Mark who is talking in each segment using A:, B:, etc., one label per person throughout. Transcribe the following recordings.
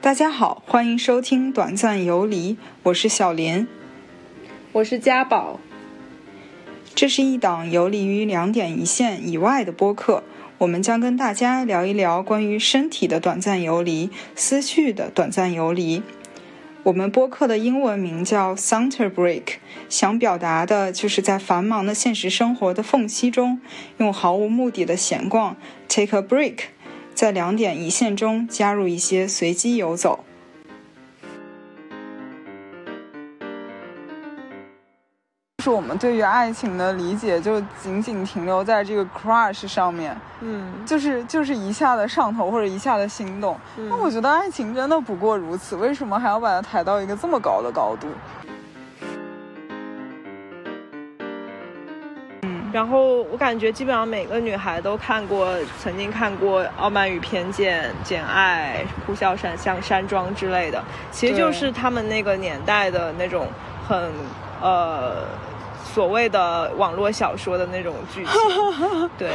A: 大家好，欢迎收听短暂游离，我是小林。
B: 我是家宝，
A: 这是一档游离于两点一线以外的播客，我们将跟大家聊一聊关于身体的短暂游离、思绪的短暂游离。我们播客的英文名叫 Sunter Break，想表达的就是在繁忙的现实生活的缝隙中，用毫无目的的闲逛 take a break，在两点一线中加入一些随机游走。就是我们对于爱情的理解，就仅仅停留在这个 crush 上面，
B: 嗯，
A: 就是就是一下的上头或者一下的心动。那我觉得爱情真的不过如此，为什么还要把它抬到一个这么高的高度？
B: 然后我感觉基本上每个女孩都看过，曾经看过《傲慢与偏见》《简爱》《呼啸山像山庄》之类的，其实
A: 对
B: 就是他们那个年代的那种很呃所谓的网络小说的那种剧情，对，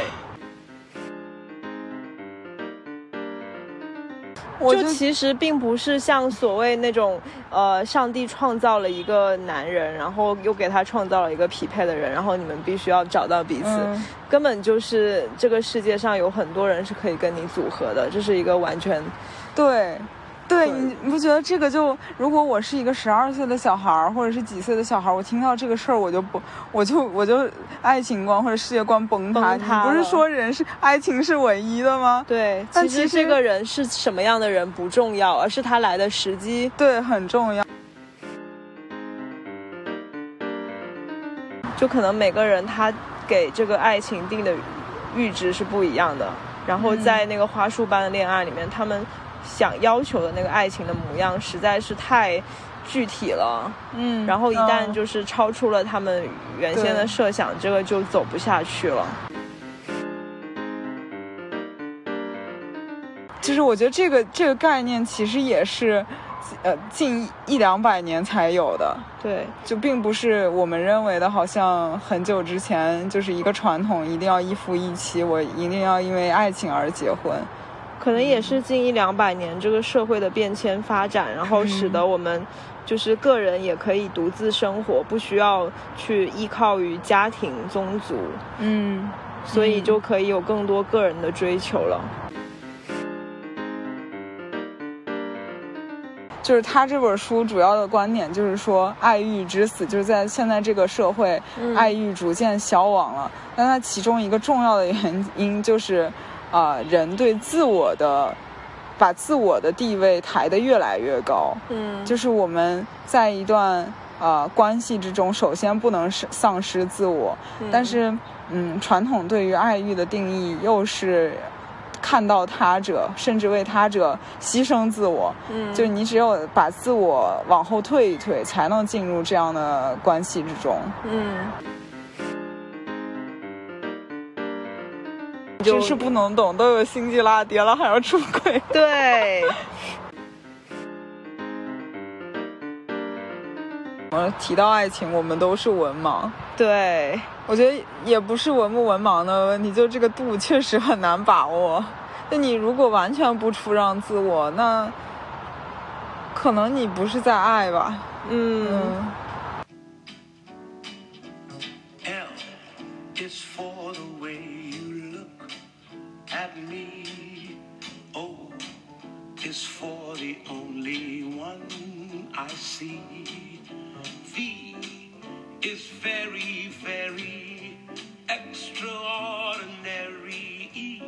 A: 我
B: 就其实并不是像所谓那种，呃，上帝创造了一个男人，然后又给他创造了一个匹配的人，然后你们必须要找到彼此，
A: 嗯，
B: 根本就是这个世界上有很多人是可以跟你组合的，这是一个完全
A: 对，对
B: 对
A: 你你不觉得这个就，如果我是一个十二岁的小孩儿，或者是几岁的小孩儿，我听到这个事儿，我就不，我就我就爱情观或者世界观崩塌。
B: 崩塌
A: 你不是
B: 了
A: 说人是爱情是唯一的吗？
B: 对。
A: 但
B: 其
A: 其
B: 实
A: 实
B: 这个人是什么样的人不重要，而是他来的时机。
A: 对，很重要。
B: 就可能每个人他给这个爱情定的阈值是不一样的。然后在那个花束般的恋爱里面，他们想要求的那个爱情的模样实在是太具体了。
A: 嗯
B: 然后一旦
A: 嗯
B: 就是超出了他们原先的设想，这个就走不下去了。
A: 就是我觉得这个这个概念其实也是，呃，近一两百年才有的，
B: 对，
A: 就并不是我们认为的，好像很久之前就是一个传统，一定要一夫一妻，我一定要因为爱情而结婚。
B: 可能也是近一两百年这个社会的变迁发展，然后使得我们就是个人也可以独自生活，不需要去依靠于家庭、宗族，
A: 嗯，
B: 所以就可以有更多个人的追求了。
A: 就是他这本书主要的观点就是说，爱欲之死就是在现在这个社会，
B: 嗯
A: 爱欲逐渐消亡了。但它其中一个重要的原因就是，啊、人对自我的，把自我的地位抬得越来越高。
B: 嗯
A: 就是我们在一段呃关系之中，首先不能是丧失自我，
B: 嗯
A: 但是嗯，传统对于爱欲的定义又是看到他者，甚至为他者牺牲自我。
B: 嗯
A: 就你只有把自我往后退一退，才能进入这样的关系之中。
B: 嗯，
A: 真是不能懂，都有心机拉跌了，还要出轨。
B: 对，
A: 我提到爱情，我们都是文盲。
B: 对，
A: 我觉得也不是文不文盲的问题，就这个度确实很难把握。就你如果完全不出让自我，那可能你不是在爱吧？
B: 嗯，
A: 嗯，
C: L is for the way you look at me. O is for the only one I see. V is very, very extraordinary. E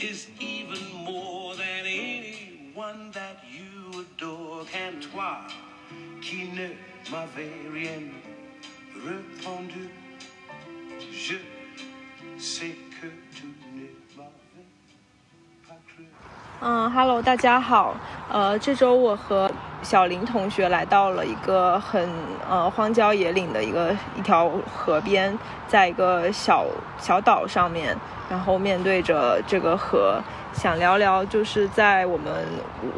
C: is even more than anyone that you adore. Can toi qui ne m'avais rien répondu. Je sais que tu ne m'avais pas cru.
B: 嗯，Hello，大家好。呃，这周我和小林同学来到了一个很呃荒郊野岭的一个一条河边，在一个小小岛上面，然后面对着这个河，想聊聊就是在我们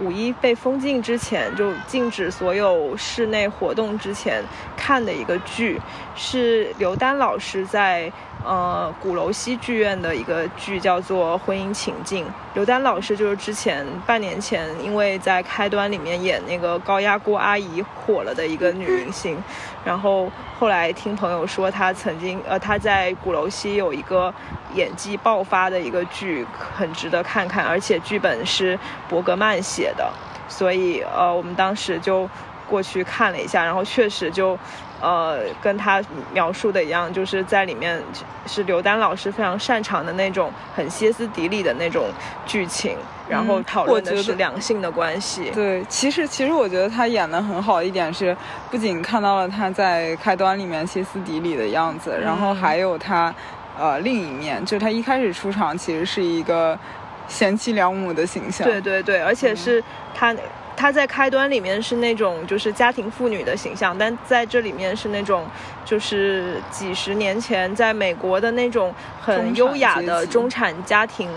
B: 五一被封禁之前，就禁止所有室内活动之前看的一个剧，是刘丹老师在呃鼓楼西剧院的一个剧，叫做《婚姻情境》。刘丹老师就是之前半年前，因为在《开端》里面演那个高压锅阿姨火了的一个女明星，然后后来听朋友说，她曾经呃她在鼓楼西有一个演技爆发的一个剧，很值得看看，而且剧本是伯格曼写的，所以呃我们当时就过去看了一下，然后确实就。呃，跟他描述的一样，就是在里面是刘丹老师非常擅长的那种很歇斯底里的那种剧情，然后讨论的
A: 我觉
B: 是
A: 得
B: 两性的关系。
A: 对，其实其实我觉得他演的很好的一点是，不仅看到了他在开端里面歇斯底里的样子，然后还有他，呃，另一面，就是他一开始出场其实是一个贤妻良母的嗯形象，
B: 对对对，而且是他、他在开端里面是那种就是家庭妇女的形象，但在这里面是那种就是几十年前在美国的那种很
A: 中产
B: 优雅
A: 阶
B: 的
A: 级
B: 中产家庭，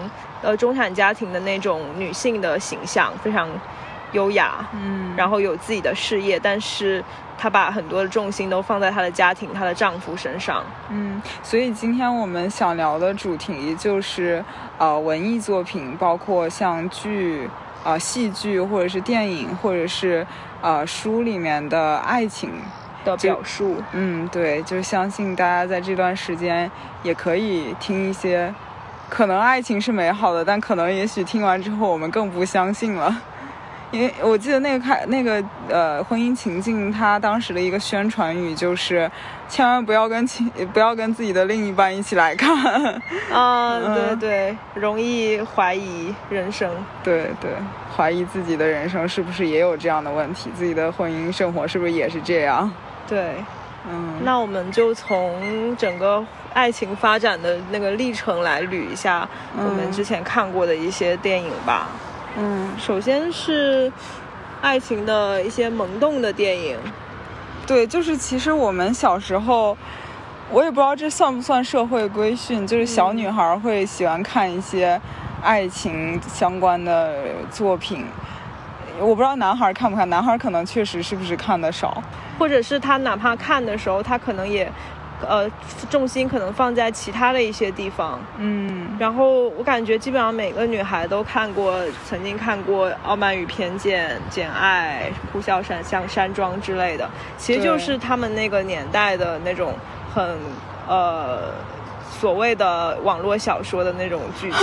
B: 呃，中产家庭的那种女性的形象，非常优雅，
A: 嗯，
B: 然后有自己的事业，但是她把很多的重心都放在她的家庭、她的丈夫身上。
A: 嗯，所以今天我们想聊的主题就是，呃，文艺作品，包括像剧、啊、戏剧，或者是电影，或者是呃书里面的爱情。
B: 的
A: 就
B: 表述，
A: 嗯，对，就相信大家在这段时间也可以听一些，可能爱情是美好的，但可能也许听完之后我们更不相信了。因为我记得那个开那个呃婚姻情境，它当时的一个宣传语就是，千万不要跟亲不要跟自己的另一半一起来看。
B: 啊、对
A: 嗯
B: 对，容易怀疑人生。
A: 对对，怀疑自己的人生是不是也有这样的问题，自己的婚姻生活是不是也是这样？
B: 对，
A: 嗯，
B: 那我们就从整个爱情发展的那个历程来捋一下我们
A: 嗯
B: 之前看过的一些电影吧。
A: 嗯。
B: 首先是爱情的一些萌动的电影，
A: 对，就是其实我们小时候，我也不知道这算不算社会规训，就是小女孩会喜欢看一些爱情相关的作品。我不知道男孩看不看，男孩可能确实是不是看的少。
B: 或者是他哪怕看的时候，他可能也。呃，重心可能放在其他的一些地方，
A: 嗯，
B: 然后我感觉基本上每个女孩都看过，曾经看过《傲慢与偏见》《简爱》《呼啸山像山庄》之类的，其实
A: 对
B: 就是他们那个年代的那种很呃所谓的网络小说的那种剧情。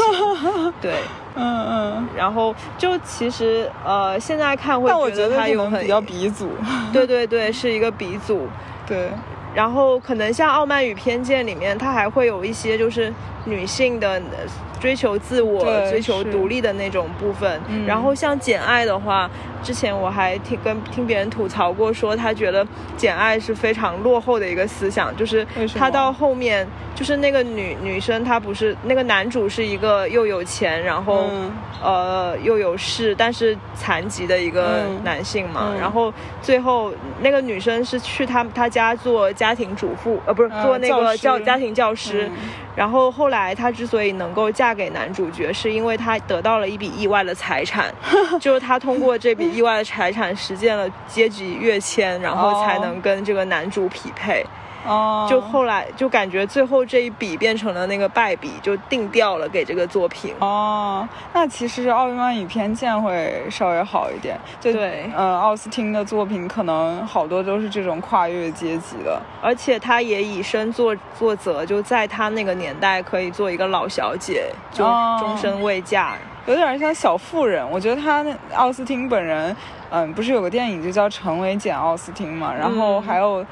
B: 对，
A: 嗯嗯。
B: 然后就其实呃现在看
A: 但我
B: 会
A: 觉
B: 它
A: 得你
B: 有
A: 们
B: 很
A: 比较鼻祖，
B: 对对对是一个鼻祖，
A: 对，
B: 然后可能像《傲慢与偏见》里面，它还会有一些就是女性的呃追求自我、
A: 对
B: 追求
A: 是
B: 独立的那种部分。
A: 嗯
B: 然后像《简爱》的话，之前我还听跟听别人吐槽过说，他觉得《简爱》是非常落后的一个思想，就是
A: 为什么
B: 他到后面就是那个女女生，她不是那个男主是一个又有钱，然后、
A: 嗯
B: 呃又有事，但是残疾的一个
A: 嗯
B: 男性嘛。
A: 嗯
B: 然后最后那个女生是去他他家做家庭主妇，呃，不是
A: 嗯
B: 做那个
A: 教
B: 教
A: 师
B: 家庭教师。
A: 嗯
B: 然后后来她之所以能够嫁给男主角，是因为她得到了一笔意外的财 产，就是她通过这笔意外的财产实现了阶级跃迁，然后才
A: 哦
B: 能跟这个男主匹配。
A: 哦，
B: 就后来就感觉最后这一笔变成了那个败笔，就定掉了给这个作品。
A: 哦，那其实《傲慢与偏见》会稍微好一点。就
B: 对
A: 呃，奥斯汀的作品可能好多都是这种跨越阶级的。
B: 而且她也以身作作则，就在她那个年代可以做一个老小姐，就
A: 哦
B: 终身未嫁。
A: 有点像小妇人。我觉得他那奥斯汀本人，嗯，不是有个电影就叫《成为简奥斯汀》嘛，然后
B: 嗯
A: 还有。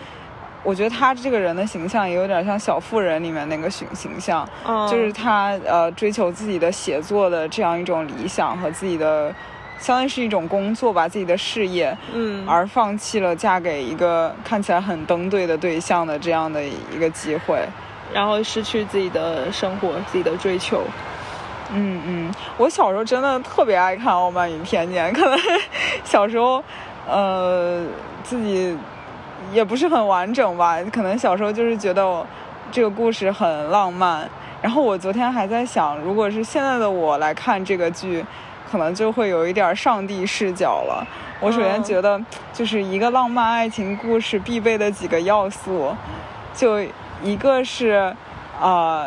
A: 我觉得他这个人的形象也有点像《小妇人》里面那个形形象，
B: 嗯
A: 就是他呃追求自己的写作的这样一种理想和自己的，相当于是一种工作吧，自己的事业，
B: 嗯，
A: 而放弃了嫁给一个看起来很登对的对象的这样的一个机会。
B: 然后失去自己的生活、自己的追求。
A: 嗯嗯，我小时候真的特别爱看《傲慢与偏见》，可能 小时候，呃，自己也不是很完整吧，可能小时候就是觉得我这个故事很浪漫。然后我昨天还在想，如果是现在的我来看这个剧，可能就会有一点儿上帝视角了。我首先
B: 嗯
A: 觉得，就是一个浪漫爱情故事必备的几个要素，就一个是，呃，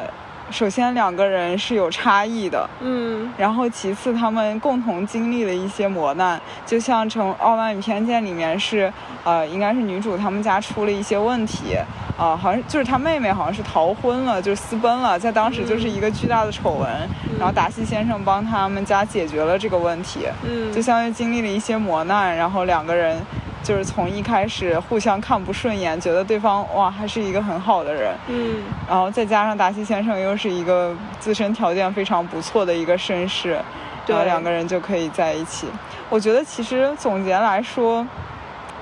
A: 首先两个人是有差异的，
B: 嗯
A: 然后其次他们共同经历了一些磨难，就像《成傲慢与偏见》里面是，呃，应该是女主他们家出了一些问题，啊、好像就是她妹妹好像是逃婚了，就是私奔了，在当时就是一个巨大的丑闻，然后达西先生帮他们家解决了这个问题，
B: 嗯，
A: 就相当于经历了一些磨难，然后两个人就是从一开始互相看不顺眼，觉得对方哇还是一个很好的人，
B: 嗯
A: 然后再加上达西先生又是一个自身条件非常不错的一个绅士，然后
B: 对
A: 两个人就可以在一起。我觉得其实总结来说，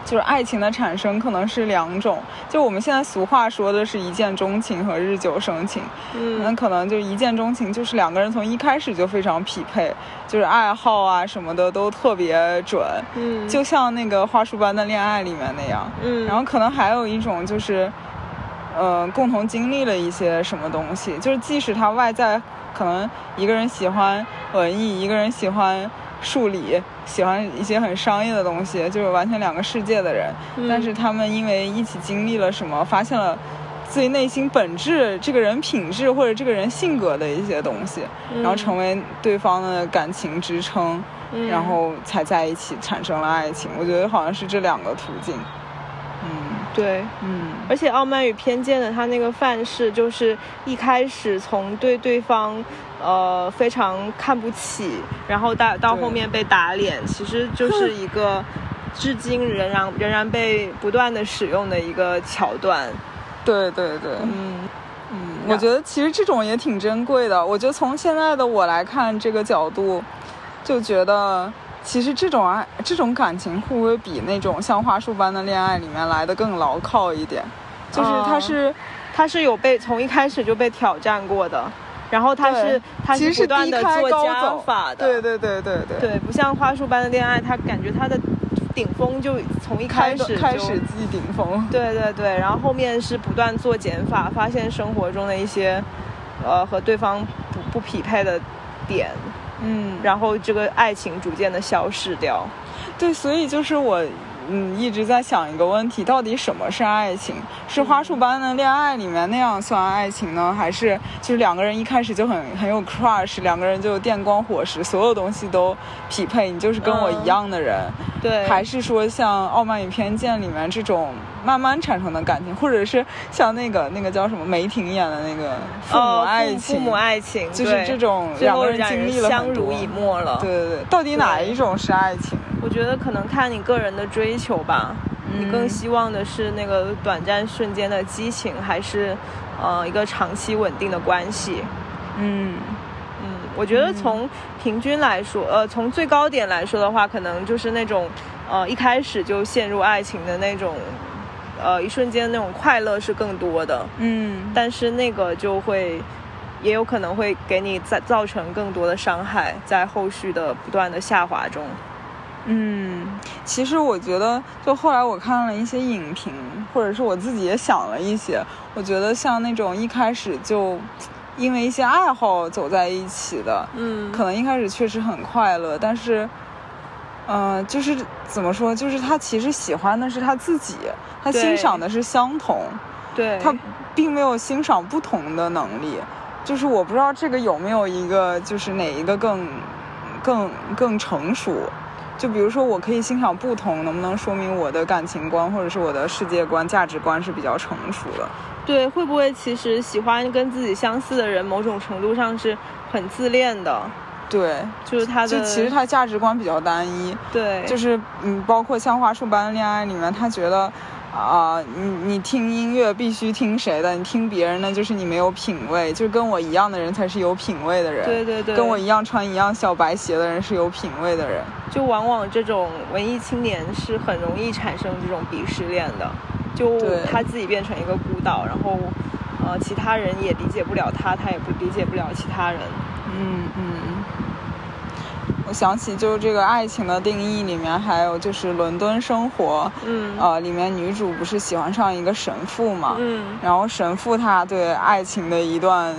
A: 就是爱情的产生可能是两种，就我们现在俗话说的是一见钟情和日久生情，那
B: 嗯
A: 可能就是一见钟情，就是两个人从一开始就非常匹配，就是爱好啊什么的都特别准，
B: 嗯，
A: 就像那个花束般的恋爱里面那样。
B: 嗯，
A: 然后可能还有一种就是，呃，共同经历了一些什么东西，就是即使他外在可能一个人喜欢文艺，一个人喜欢数理，喜欢一些很商业的东西，就是完全两个世界的人，
B: 嗯
A: 但是他们因为一起经历了什么，发现了。自己内心本质、这个人品质或者这个人性格的一些东西，然后成为对方的感情支撑，
B: 嗯
A: 然后才在一起产生了爱情。我觉得好像是这两个途径。
B: 对。
A: 嗯
B: 而且《傲慢与偏见》的他那个范式，就是一开始从对对方，呃，非常看不起，然后到到
A: 对
B: 后面被打脸，其实就是一个至今仍然仍然被不断的使用的一个桥段。，
A: 对对对，
B: 嗯
A: 嗯，我觉得其实这种也挺珍贵的。我觉得从现在的我来看这个角度，就觉得其实这种爱、这种感情会不会比那种像花束般的恋爱里面来的更牢靠一点？就是它
B: 哦
A: 是、
B: 他是有被从一开始就被挑战过的，然后他
A: 对
B: 是他
A: 其实
B: 不
A: 是
B: 断
A: 低
B: 的
A: 开
B: 做
A: 高
B: 加
A: 走
B: 法的，
A: 对对对对对，
B: 对，不像花束般的恋爱，他感觉他的顶峰就从一
A: 开
B: 开
A: 个
B: 始
A: 开
B: 就
A: 始即顶峰。
B: 对对对，然后后面是不断做减法，发现生活中的一些，呃，和对方不不匹配的点，
A: 嗯，
B: 然后这个爱情逐渐的消逝掉。
A: 对，所以就是我，嗯，一直在想一个问题：到底什么是爱情？是花束般的恋爱里面那样算爱情呢，还是就是两个人一开始就很很有 crush，两个人就电光火石，所有东西都匹配，你就是跟我一
B: 嗯
A: 样的人？
B: 对，
A: 还是说像《傲慢与偏见》里面这种慢慢产生的感情，或者是像那个那个叫什么梅婷演的那个父母
B: 呃
A: 爱
B: 父
A: 情，
B: 父母爱情，
A: 就是
B: 对
A: 这种
B: 最
A: 两
B: 后
A: 个人
B: 让
A: 经
B: 人
A: 历了
B: 相
A: 很
B: 濡
A: 多
B: 以沫了。
A: 对，对对，到底哪
B: 对
A: 一种是爱情？
B: 我觉得可能看你个人的追求吧，你更
A: 嗯
B: 希望的是那个短暂瞬间的激情，还是呃一个长期稳定的关系？
A: 嗯。
B: 嗯，我觉得从平均来说，呃，从最高点来说的话，可能就是那种，呃，一开始就陷入爱情的那种，呃，一瞬间那种快乐是更多的，
A: 嗯，
B: 但是那个就会，也有可能会给你造造成更多的伤害，在后续的不断的下滑中。
A: 嗯，其实我觉得，就后来我看了一些影评，或者是我自己也想了一些，我觉得像那种一开始就因为一些爱好走在一起的，
B: 嗯
A: 可能一开始确实很快乐，但是，呃，就是怎么说，就是他其实喜欢的是他自己，他
B: 对
A: 欣赏的是相同，
B: 对，
A: 他并没有欣赏不同的能力，就是我不知道这个有没有一个，就是哪一个更更更成熟。就比如说，我可以欣赏不同，能不能说明我的感情观或者是我的世界观、价值观是比较成熟的？
B: 对，会不会其实喜欢跟自己相似的人，某种程度上是很自恋的，
A: 对，
B: 就是他的，
A: 就其实他价值观比较单一，
B: 对，
A: 就是嗯，包括像《花束般的恋爱》里面，他觉得。啊、你你听音乐必须听谁的？你听别人的，就是你没有品味，就是跟我一样的人才是有品味的人。
B: 对对对，
A: 跟我一样穿一样小白鞋的人是有品味的人。
B: 就往往这种文艺青年是很容易产生这种鄙视链的，就
A: 对
B: 他自己变成一个孤岛，然后呃其他人也理解不了他，他也不理解不了其他人。
A: 嗯嗯。我想起就是这个爱情的定义里面，还有就是《伦敦生活》
B: 嗯
A: 呃，里面女主不是喜欢上一个神父嘛，
B: 嗯
A: 然后神父他对爱情的一段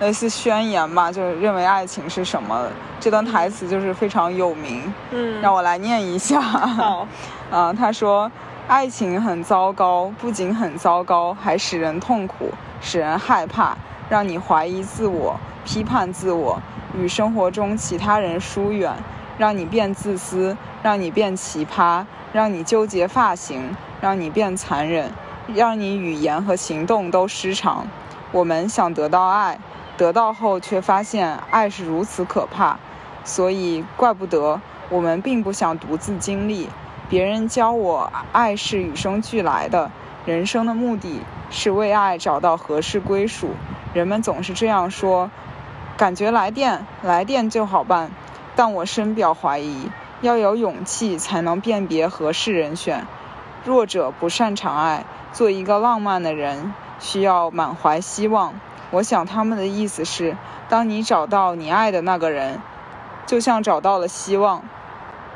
A: 类似宣言吧，就是认为爱情是什么，这段台词就是非常有名，
B: 嗯，
A: 让我来念一下。
B: 好，
A: 啊，他说，爱情很糟糕，不仅很糟糕，还使人痛苦，使人害怕，让你怀疑自我、批判自我，与生活中其他人疏远，让你变自私，让你变奇葩，让你纠结发型，让你变残忍，让你语言和行动都失常。我们想得到爱，得到后却发现爱是如此可怕，所以怪不得我们并不想独自经历。别人教我，爱是与生俱来的，人生的目的是为爱找到合适归属。人们总是这样说，感觉来电，来电就好办。但我深表怀疑，要有勇气才能辨别合适人选。弱者不擅长爱，做一个浪漫的人需要满怀希望。我想他们的意思是，当你找到你爱的那个人，就像找到了希望。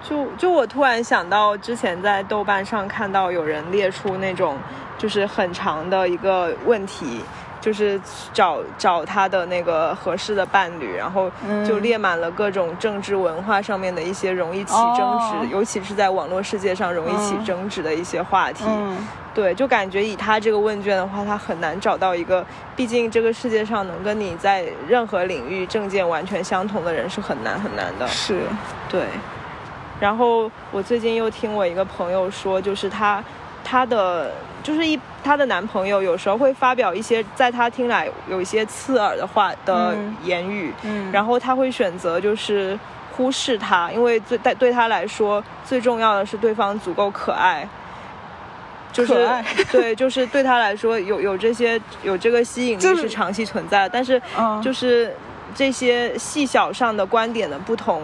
B: 就就我突然想到，之前在豆瓣上看到有人列出那种，就是很长的一个问题，就是找找他的那个合适的伴侣，然后
A: 嗯
B: 就列满了各种政治文化上面的一些容易起争执，
A: 哦
B: 尤其是在网络世界上容易起
A: 嗯
B: 争执的一些话题。
A: 嗯
B: 对，就感觉以他这个问卷的话，他很难找到一个，毕竟这个世界上能跟你在任何领域政见完全相同的人是很难很难的。
A: 是，
B: 对，然后我最近又听我一个朋友说，就是她，她的就是一她的男朋友有时候会发表一些在她听来有一些刺耳的话的
A: 嗯
B: 言语，
A: 嗯
B: 然后她会选择就是忽视他，因为最对对她来说最重要的是对方足够可爱。就是
A: 可爱
B: 对，就是对她来说有有这些有这个吸引力
A: 就是
B: 是长期存在的，但是
A: 嗯
B: 就是这些细小上的观点的不同，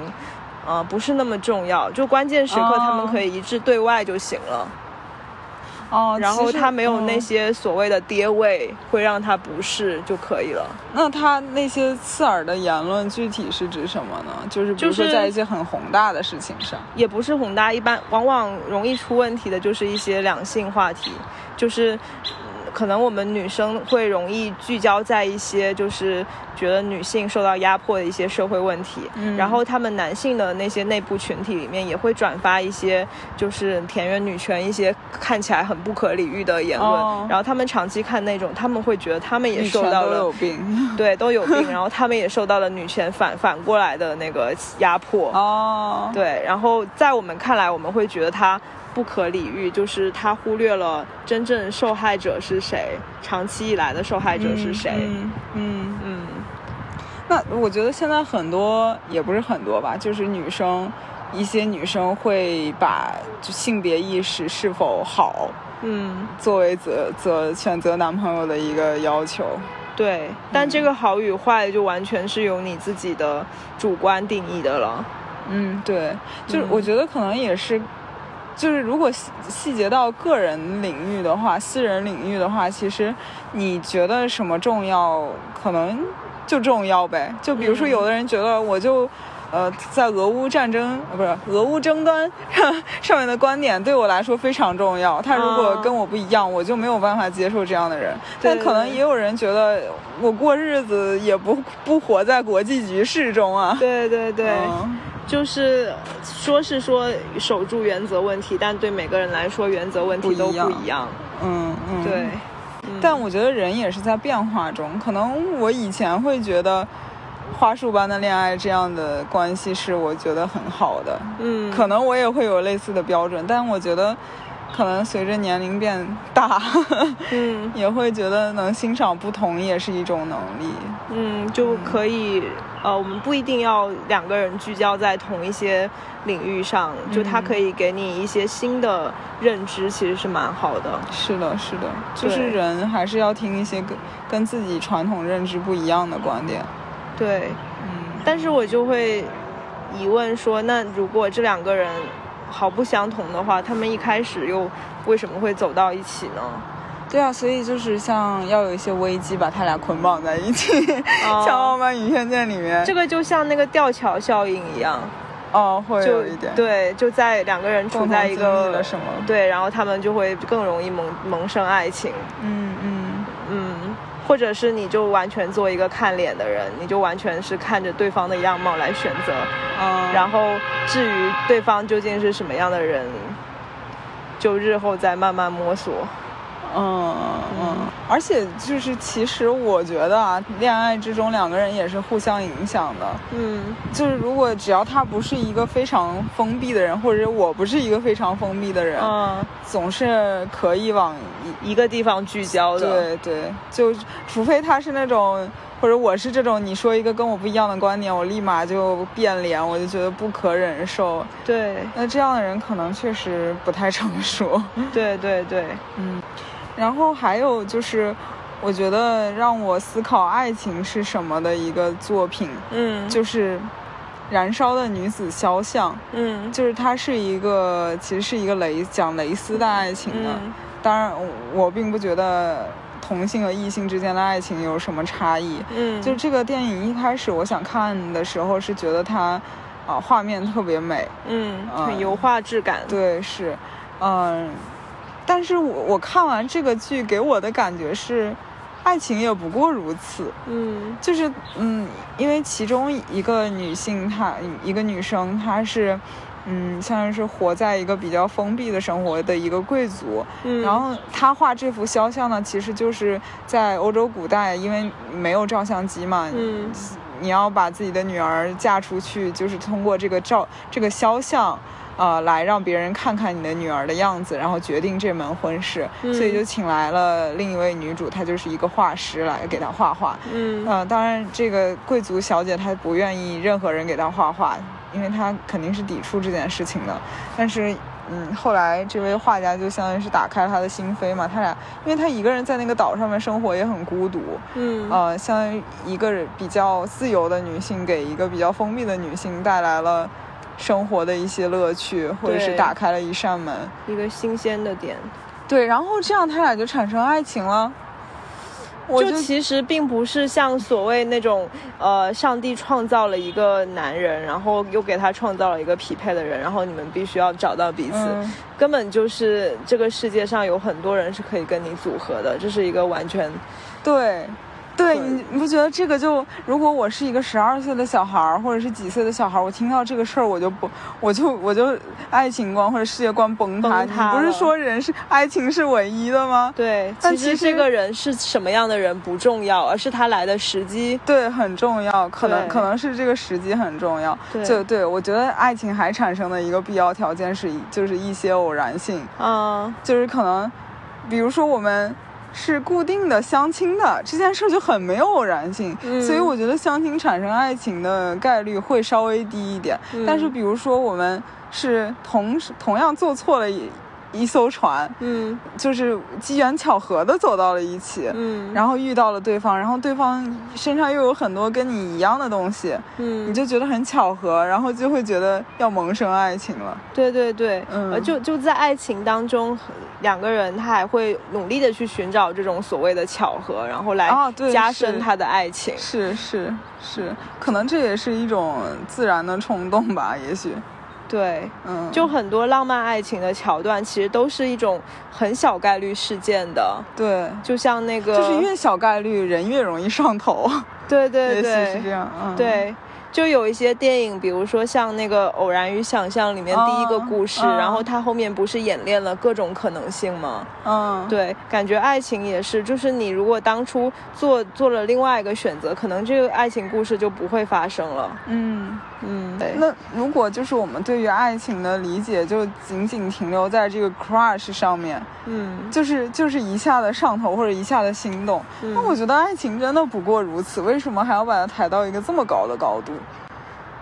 B: 呃，不是那么重要，就关键时刻
A: 哦
B: 他们可以一致对外就行了。
A: 哦，
B: 然后
A: 其实
B: 他没有那
A: 嗯
B: 些所谓的跌位，会让他不适就可以了。
A: 那他那些刺耳的言论具体是指什么呢？就是比如
B: 就
A: 说
B: 是
A: 在一些很宏大的事情上，
B: 也不是宏大，一般往往容易出问题的就是一些两性话题，就是嗯可能我们女生会容易聚焦在一些就是觉得女性受到压迫的一些社会问题，
A: 嗯
B: 然后他们男性的那些内部群体里面也会转发一些就是田园女权一些看起来很不可理喻的言论，
A: 哦
B: 然后他们长期看那种，他们会觉得他们也
A: 女
B: 受
A: 权
B: 到
A: 都
B: 了
A: 有病
B: 对都有病，然后他们也受到了女权反反过来的那个压迫，
A: 哦，
B: 对，然后在我们看来，我们会觉得他不可理喻，就是他忽略了真正受害者是谁，长期以来的受害者
A: 嗯
B: 是谁。
A: 嗯嗯
B: 嗯
A: 那我觉得现在很多也不是很多吧，就是女生，一些女生会把就性别意识是否好
B: 嗯，
A: 作为择择选择男朋友的一个要求。
B: 对。但这个好与坏就完全是由你自己的主观定义的了。
A: 嗯，对，就是我觉得可能也是，就是如果细细节到个人领域的话，私人领域的话，其实你觉得什么重要，可能就重要呗。就比如说，
B: 嗯
A: 有的人觉得我就。呃，在俄乌战争呃不是俄乌争端上面的观点对我来说非常重要。他如果
B: 啊
A: 跟我不一样，我就没有办法接受这样的人。但
B: 对
A: 可能
B: 对
A: 也有人觉得我过日子也不不活在国际局势中啊。
B: 对对对，
A: 嗯
B: 就是说是说守住原则问题，但对每个人来说原则问
A: 不
B: 题
A: 一
B: 都不
A: 样
B: 一样。
A: 嗯，嗯
B: 对。，
A: 但我觉得人也是在变化中，可能我以前会觉得花束般的恋爱这样的关系是我觉得很好的，
B: 嗯，
A: 可能我也会有类似的标准，但我觉得可能随着年龄变大，
B: 嗯。
A: 也会觉得能欣赏不同也是一种能力。
B: 嗯，就可以，呃，我们不一定要两个人聚焦在同一些领域上，就它可以给你一些新的认知，其实是蛮好的。
A: 是的，是的，就是
B: 对
A: 人还是要听一些跟跟自己传统认知不一样的观点。
B: 对，
A: 嗯
B: 但是我就会疑问说，那如果这两个人毫不相同的话，他们一开始又为什么会走到一起呢？
A: 对啊，所以就是像要有一些危机把他俩捆绑在一起，
B: 哦
A: 像《傲慢与偏见》里面，
B: 这个就像那个吊桥效应一样，
A: 哦会
B: 就
A: 有一点，，
B: 对，就在两个人处
A: 共同
B: 在一
A: 经历
B: 个
A: 了什么？，
B: 对，然后他们就会更容易萌萌生爱情。
A: 嗯嗯，
B: 嗯，或者是你就完全做一个看脸的人，你就完全是看着对方的样貌来选择，
A: 啊、
B: 然后至于对方究竟是什么样的人，就日后再慢慢摸索。
A: 后嗯嗯，而且就是其实我觉得啊，恋爱之中两个人也是互相影响的。
B: 嗯
A: 就是如果只要他不是一个非常封闭的人，或者我不是一个非常封闭的人，
B: 嗯，
A: 总是可以往
B: 一个地方聚焦
A: 一对
B: 的，
A: 对，就除非他是那种，或者我是这种，你说一个跟我不一样的观点，我立马就变脸，我就觉得不可忍受。
B: 对
A: 那这样的人可能确实不太成熟。
B: 对对对，
A: 然后还有就是，我觉得让我思考爱情是什么的一个作品，
B: 嗯，
A: 就是《燃烧的女子肖像》。
B: 嗯
A: 就是它是一个，其实是一个蕾讲蕾丝的爱情的。
B: 嗯
A: 当然我，我并不觉得同性和异性之间的爱情有什么差异。
B: 嗯，
A: 就这个电影一开始我想看的时候是觉得它，啊、画面特别美，
B: 嗯
A: 嗯
B: 很油画质感，
A: 对，是，嗯、但是我我看完这个剧给我的感觉是，爱情也不过如此。
B: 嗯
A: 就是嗯，因为其中一个女性她一个女生她是，嗯，像是活在一个比较封闭的生活的一个贵族，
B: 嗯，
A: 然后她画这幅肖像呢，其实就是在欧洲古代，因为没有照相机嘛，
B: 嗯
A: 你要把自己的女儿嫁出去，就是通过这个照这个肖像。呃，来让别人看看你的女儿的样子，然后决定这门婚事，
B: 嗯
A: 所以就请来了另一位女主，她就是一个画师来给她画画。
B: 嗯
A: 呃，当然，这个贵族小姐她不愿意任何人给她画画，因为她肯定是抵触这件事情的。但是，嗯，后来这位画家就相当于是打开了她的心扉嘛，他俩，因为她一个人在那个岛上面生活也很孤独，
B: 嗯
A: 呃，相当于一个人比较自由的女性给一个比较封闭的女性带来了生活的一些乐趣，或者是
B: 对
A: 打开了一扇门。
B: 一个新鲜的点，
A: 对，然后这样他俩就产生爱情了。我
B: 就其实并不是像所谓那种，呃，上帝创造了一个男人，然后又给他创造了一个匹配的人，然后你们必须要找到彼此，
A: 嗯
B: 根本就是这个世界上有很多人是可以跟你组合的，这是一个完全，
A: 对，对
B: 对
A: 你你不觉得这个就，如果我是一个十二岁的小孩儿，或者是几岁的小孩儿，我听到这个事儿，我就不，我就我就爱情观或者世界观崩塌。
B: 崩塌
A: 你不是
B: 了
A: 说人是爱情是唯一的吗？
B: 对，
A: 但
B: 其实
A: 其实
B: 这个人是什么样的人不重要，而是他来的时机，
A: 对，很重要，可能
B: 对
A: 可能是这个时机很重要。
B: 对
A: 就对我觉得爱情还产生的一个必要条件是一，就是一些偶然性，
B: 嗯，
A: 就是可能，比如说我们是固定的相亲的这件事就很没有偶然性，
B: 嗯
A: 所以我觉得相亲产生爱情的概率会稍微低一点。
B: 嗯
A: 但是比如说我们是同时同样坐错了一一艘船，
B: 嗯
A: 就是机缘巧合的走到了一起。
B: 嗯，
A: 然后遇到了对方，然后对方身上又有很多跟你一样的东西，
B: 嗯
A: 你就觉得很巧合，然后就会觉得要萌生爱情了。
B: 对对对，
A: 嗯
B: 呃，就就在爱情当中，两个人他还会努力的去寻找这种所谓的巧合，然后来
A: 啊对
B: 加
A: 是
B: 深他的爱情。
A: 是是是，可能这也是一种自然的冲动吧，也许，
B: 对，
A: 嗯，
B: 就很多浪漫爱情的桥段，其实都是一种很小概率事件的，
A: 对，
B: 就像那个，
A: 就是越小概率人越容易上头，
B: 对
A: 也许是
B: 对对
A: 这样，嗯，，
B: 对。就有一些电影，比如说像那个《偶然与想象》里面第一个
A: 啊
B: 故事，
A: 啊
B: 然后他后面不是演练了各种可能性吗？
A: 嗯，
B: 对，感觉爱情也是，就是你如果当初做做了另外一个选择，可能这个爱情故事就不会发生了。
A: 嗯，
B: 嗯，对，
A: 那如果就是我们对于爱情的理解就仅仅停留在这个 crush 上面，
B: 嗯，
A: 就是就是一下子上头或者一下子心动，那我觉得爱情真的不过如此，为什么还要把它抬到一个这么高的高度？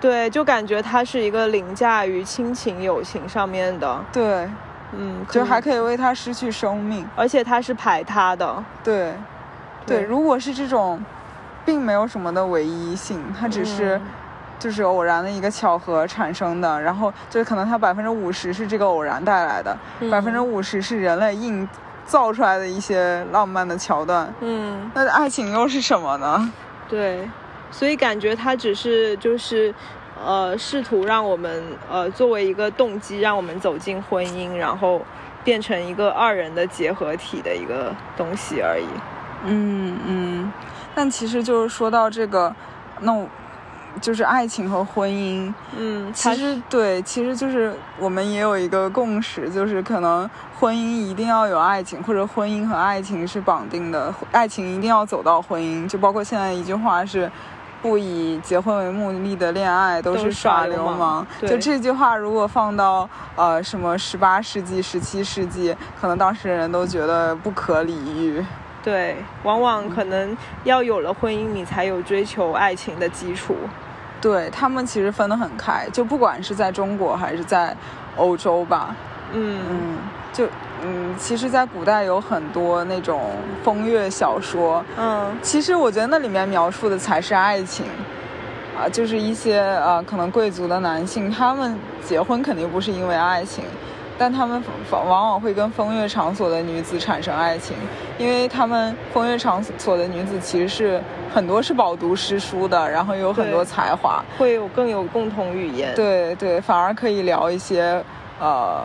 B: 对，就感觉它是一个凌驾于亲情、友情上面的，
A: 对，
B: 嗯，可
A: 就
B: 以
A: 还，可以为他失去生命。
B: 而且它是排他的，
A: 对，对，
B: 对
A: 如果是这种，并没有什么的唯一性，它只是
B: 嗯
A: 就是偶然的一个巧合产生的，然后就是可能它百分之五十是这个偶然带来的，
B: 嗯
A: 百分之五十是人类硬造出来的一些浪漫的桥段。
B: 嗯，
A: 那爱情又是什么呢？
B: 对，所以感觉它只是就是。呃，试图让我们呃作为一个动机，让我们走进婚姻，然后变成一个二人的结合体的一个东西而已。
A: 嗯嗯，但其实就是说到这个，那我就是爱情和婚姻，
B: 嗯，
A: 其
B: 它
A: 实对，其实就是我们也有一个共识，就是可能婚姻一定要有爱情，或者婚姻和爱情是绑定的，爱情一定要走到婚姻。就包括现在一句话是。不以结婚为目的的恋爱都
B: 都
A: 是
B: 是
A: 耍
B: 耍流
A: 流
B: 氓
A: 氓。
B: 对
A: 就这句话，如果放到呃什么十八世纪、十七世纪，可能当时人都觉得不可理喻。
B: 对，往往
A: 嗯
B: 可能要有了婚姻，你才有追求爱情的基础。
A: 对他们其实分得很开，就不管是在中国还是在欧洲吧，
B: 嗯，
A: 嗯，就嗯，其实，在古代有很多那种风月小说，
B: 嗯
A: 其实我觉得那里面描述的才是爱情，啊，就是一些呃，可能贵族的男性，他们结婚肯定不是因为爱情，但他们往往往会跟风月场所的女子产生爱情，因为他们风月场所的女子其实是很多是饱读诗书的，然后有很多
B: 对
A: 才华，
B: 会有更有共同语言。，
A: 对对，反而可以聊一些呃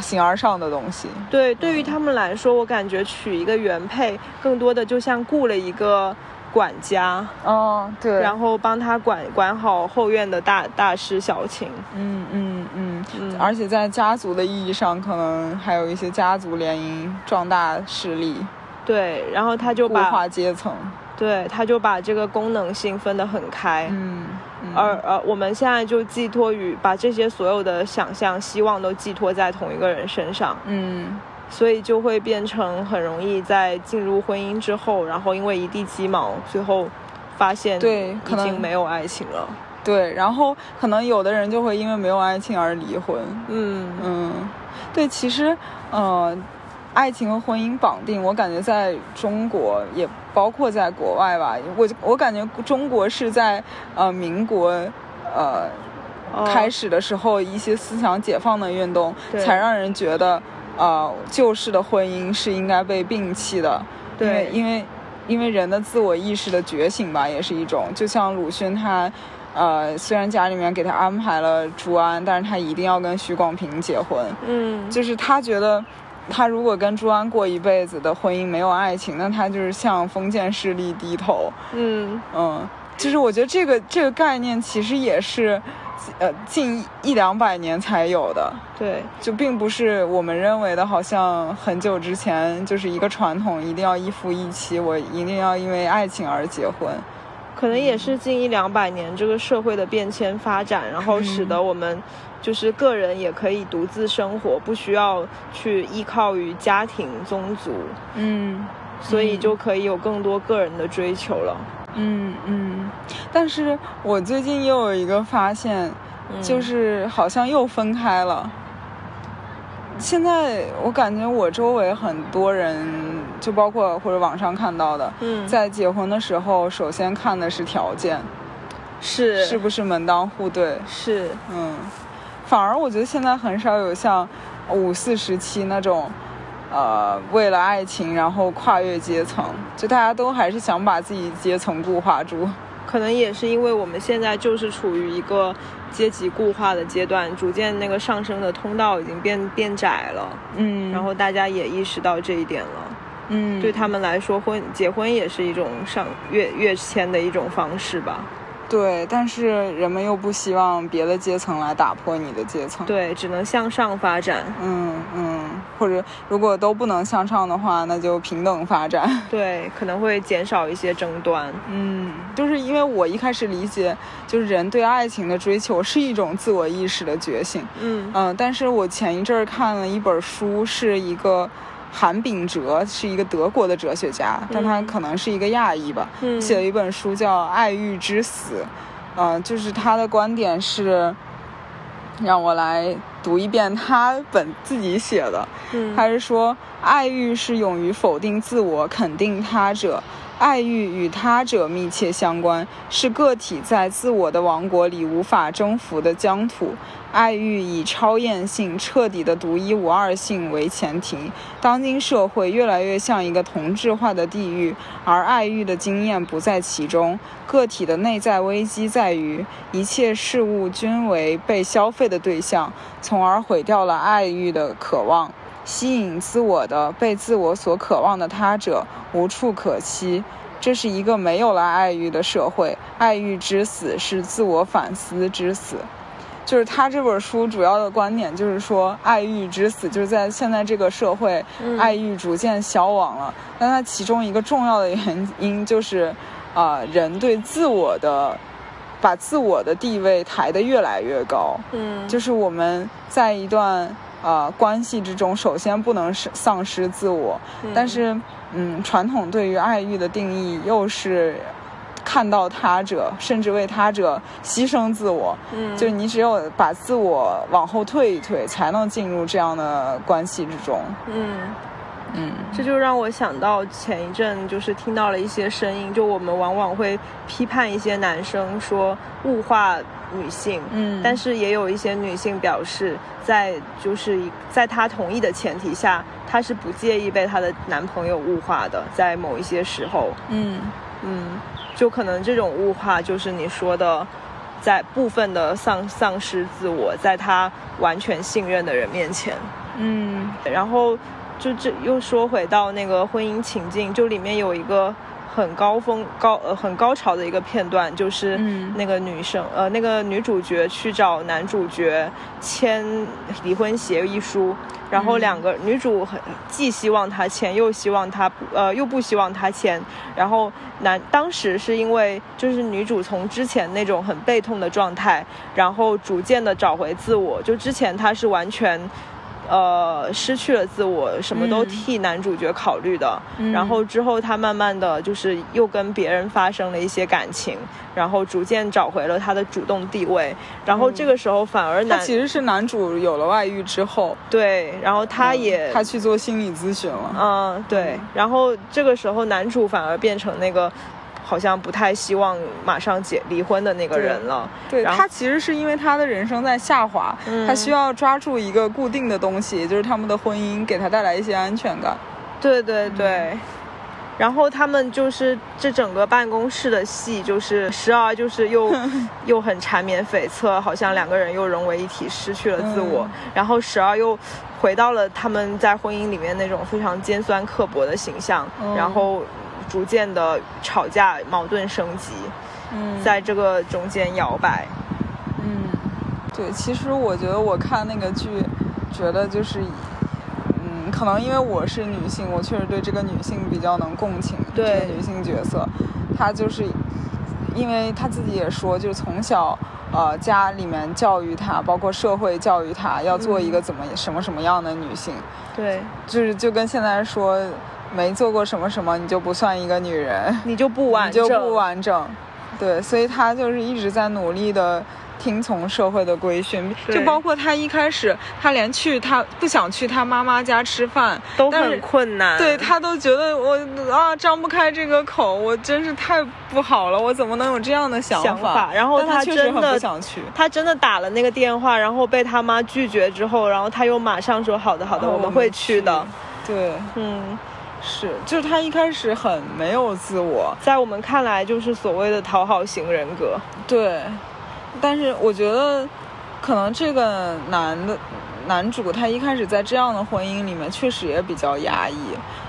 A: 形而上的东西。
B: 对，对于他们来说，我感觉娶一个原配，更多的就像雇了一个管家，
A: 哦，对，
B: 然后帮他管管好后院的大大事小情。
A: 嗯嗯嗯，
B: 嗯，
A: 而且在家族的意义上，可能还有一些家族联姻，壮大势力，
B: 对，然后他就
A: 固
B: 把
A: 化阶层。
B: 对他就把这个功能性分得很开。
A: 嗯，嗯
B: 而而我们现在就寄托于把这些所有的想象、希望都寄托在同一个人身上，
A: 嗯，
B: 所以就会变成很容易在进入婚姻之后，然后因为一地鸡毛，最后发现
A: 对
B: 已
A: 可能
B: 经没有爱情了。
A: 对，然后可能有的人就会因为没有爱情而离婚。
B: 嗯
A: 嗯，对，其实，呃，爱情和婚姻绑定，我感觉在中国也包括在国外吧，我我感觉中国是在呃民国呃
B: 哦
A: 开始的时候一些思想解放的运动，
B: 对
A: 才让人觉得呃旧式的婚姻是应该被摒弃的，因为
B: 对
A: 因为因为人的自我意识的觉醒吧，也是一种，就像鲁迅他。呃，虽然家里面给他安排了朱安，但是他一定要跟许广平结婚。
B: 嗯，
A: 就是他觉得，他如果跟朱安过一辈子的婚姻没有爱情，那他就是向封建势力低头。
B: 嗯
A: 嗯，就是我觉得这个这个概念其实也是，呃，近一两百年才有的，
B: 对
A: 就并不是我们认为的，好像很久之前就是一个传统，一定要一夫一妻，我一定要因为爱情而结婚。
B: 可能也是近一两百年这个社会的变迁发展，然后使得我们就是个人也可以独自生活，不需要去依靠于家庭、宗族，
A: 嗯
B: 所以就可以有更多个人的追求了。
A: 嗯嗯。但是我最近又有一个发现，
B: 嗯
A: 就是好像又分开了。现在我感觉我周围很多人，就包括或者网上看到的，
B: 嗯，
A: 在结婚的时候，首先看的是条件，
B: 是
A: 是不是门当户对。
B: 是
A: 嗯，反而我觉得现在很少有像五四时期那种，呃，为了爱情然后跨越阶层，就大家都还是想把自己阶层固化住。
B: 可能也是因为我们现在就是处于一个阶级固化的阶段，逐渐那个上升的通道已经变变窄了，
A: 嗯
B: 然后大家也意识到这一点了。
A: 嗯，
B: 对他们来说，婚结婚也是一种上跃跃迁的一种方式吧。
A: 对，但是人们又不希望别的阶层来打破你的阶层。
B: 对，只能向上发展。
A: 嗯嗯，或者如果都不能向上的话，那就平等发展。
B: 对，可能会减少一些争端。
A: 嗯，就是因为我一开始理解，就是人对爱情的追求是一种自我意识的觉醒。
B: 嗯
A: 嗯，但是我前一阵儿看了一本书，是一个韩炳哲，是一个德国的哲学家，但他
B: 嗯
A: 可能是一个亚裔吧，
B: 嗯
A: 写了一本书叫《爱欲之死》，呃，就是他的观点是，让我来读一遍他本自己写的，
B: 嗯
A: 他是说，爱欲是勇于否定自我、肯定他者。爱欲与他者密切相关，是个体在自我的王国里无法征服的疆土。爱欲以超验性、彻底的独一无二性为前提。当今社会越来越像一个同质化的地域，而爱欲的经验不在其中。个体的内在危机在于，一切事物均为被消费的对象，从而毁掉了爱欲的渴望。吸引自我的、被自我所渴望的他者无处可栖。这是一个没有了爱欲的社会，爱欲之死是自我反思之死。就是他这本书主要的观点就是说，爱欲之死就是在现在这个社会，
B: 嗯
A: 爱欲逐渐消亡了。但它其中一个重要的原因就是，啊、人对自我的，把自我的地位抬得越来越高。
B: 嗯，
A: 就是我们在一段呃关系之中，首先不能是丧失自我，
B: 嗯
A: 但是嗯，传统对于爱欲的定义又是看到他者，甚至为他者牺牲自我，
B: 嗯
A: 就是你只有把自我往后退一退，才能进入这样的关系之中。
B: 嗯，
A: 嗯
B: 这就让我想到前一阵就是听到了一些声音，就我们往往会批判一些男生说物化女性，
A: 嗯
B: 但是也有一些女性表示，在就是一在她同意的前提下，她是不介意被她的男朋友物化的，在某一些时候，
A: 嗯
B: 嗯，就可能这种物化就是你说的，在部分的丧丧失自我，在她完全信任的人面前，
A: 嗯
B: 然后就这又说回到那个婚姻情境，就里面有一个很高峰高呃很高潮的一个片段，就是
A: 嗯
B: 那个女生、呃那个女主角去找男主角签离婚协议书，然后两个、女主很既希望他签，又呃希望他不呃又不希望他签，然后男当时是因为就是女主从之前那种很被痛的状态，然后逐渐的找回自我，就之前她是完全。呃，失去了自我，什么都
A: 嗯
B: 替男主角考虑的。
A: 嗯
B: 然后之后，她慢慢的就是又跟别人发生了一些感情，然后逐渐找回了她的主动地位。然后这个时候反而
A: 嗯他
B: 男、
A: 其实是男主有了外遇之后，嗯
B: 对，然后她也、
A: 他去做心理咨询了。
B: 嗯，对。然后这个时候，男主反而变成那个好像不太希望马上结离婚的那个
A: 对
B: 人了。
A: 对
B: 然后
A: 他其实是因为他的人生在下滑，
B: 嗯
A: 他需要抓住一个固定的东西，也就是他们的婚姻给他带来一些安全感。
B: 对对对。然后他们就是这整个办公室的戏，就是时而就是 又又很缠绵悱恻，好像两个人又融为一体，失去了自我；
A: 嗯
B: 然后时而又回到了他们在婚姻里面那种非常尖酸刻薄的形象，
A: 嗯
B: 然后逐渐的吵架、矛盾升级，
A: 嗯
B: 在这个中间摇摆。
A: 嗯，对，其实我觉得我看那个剧，觉得就是，嗯，可能因为我是女性，我确实对这个女性比较能共情，
B: 对
A: 这个女性角色，她就是，因为她自己也说，就是从小。呃，家里面教育她，包括社会教育她，要做
B: 嗯
A: 一个怎么什么什么样的女性，
B: 对，
A: 就是就跟现在说，没做过什么什么，你就不算一个女人。
B: 你就 不完
A: 你
B: 整，
A: 就不完整。对，所以他就是一直在努力的听从社会的规训，
B: 对
A: 就包括他一开始，他连去他不想去他妈妈家吃饭，
B: 都
A: 但
B: 很
A: 是
B: 困难。
A: 对他都觉得我啊张不开这个口，我真是太不好了，我怎么能有这样的想
B: 想法然后
A: 但他
B: 他
A: 确实
B: 真
A: 很
B: 的
A: 不想去。
B: 他真的打了那个电话，然后被他妈拒绝之后，然后他又马上说好的好的，
A: 哦
B: 我们会去的。。
A: 对，
B: 嗯，
A: 是，就是他一开始很没有自我，
B: 在我们看来就是所谓的讨好型人格。
A: 对，但是我觉得，可能这个男的男主他一开始在这样的婚姻里面确实也比较压抑，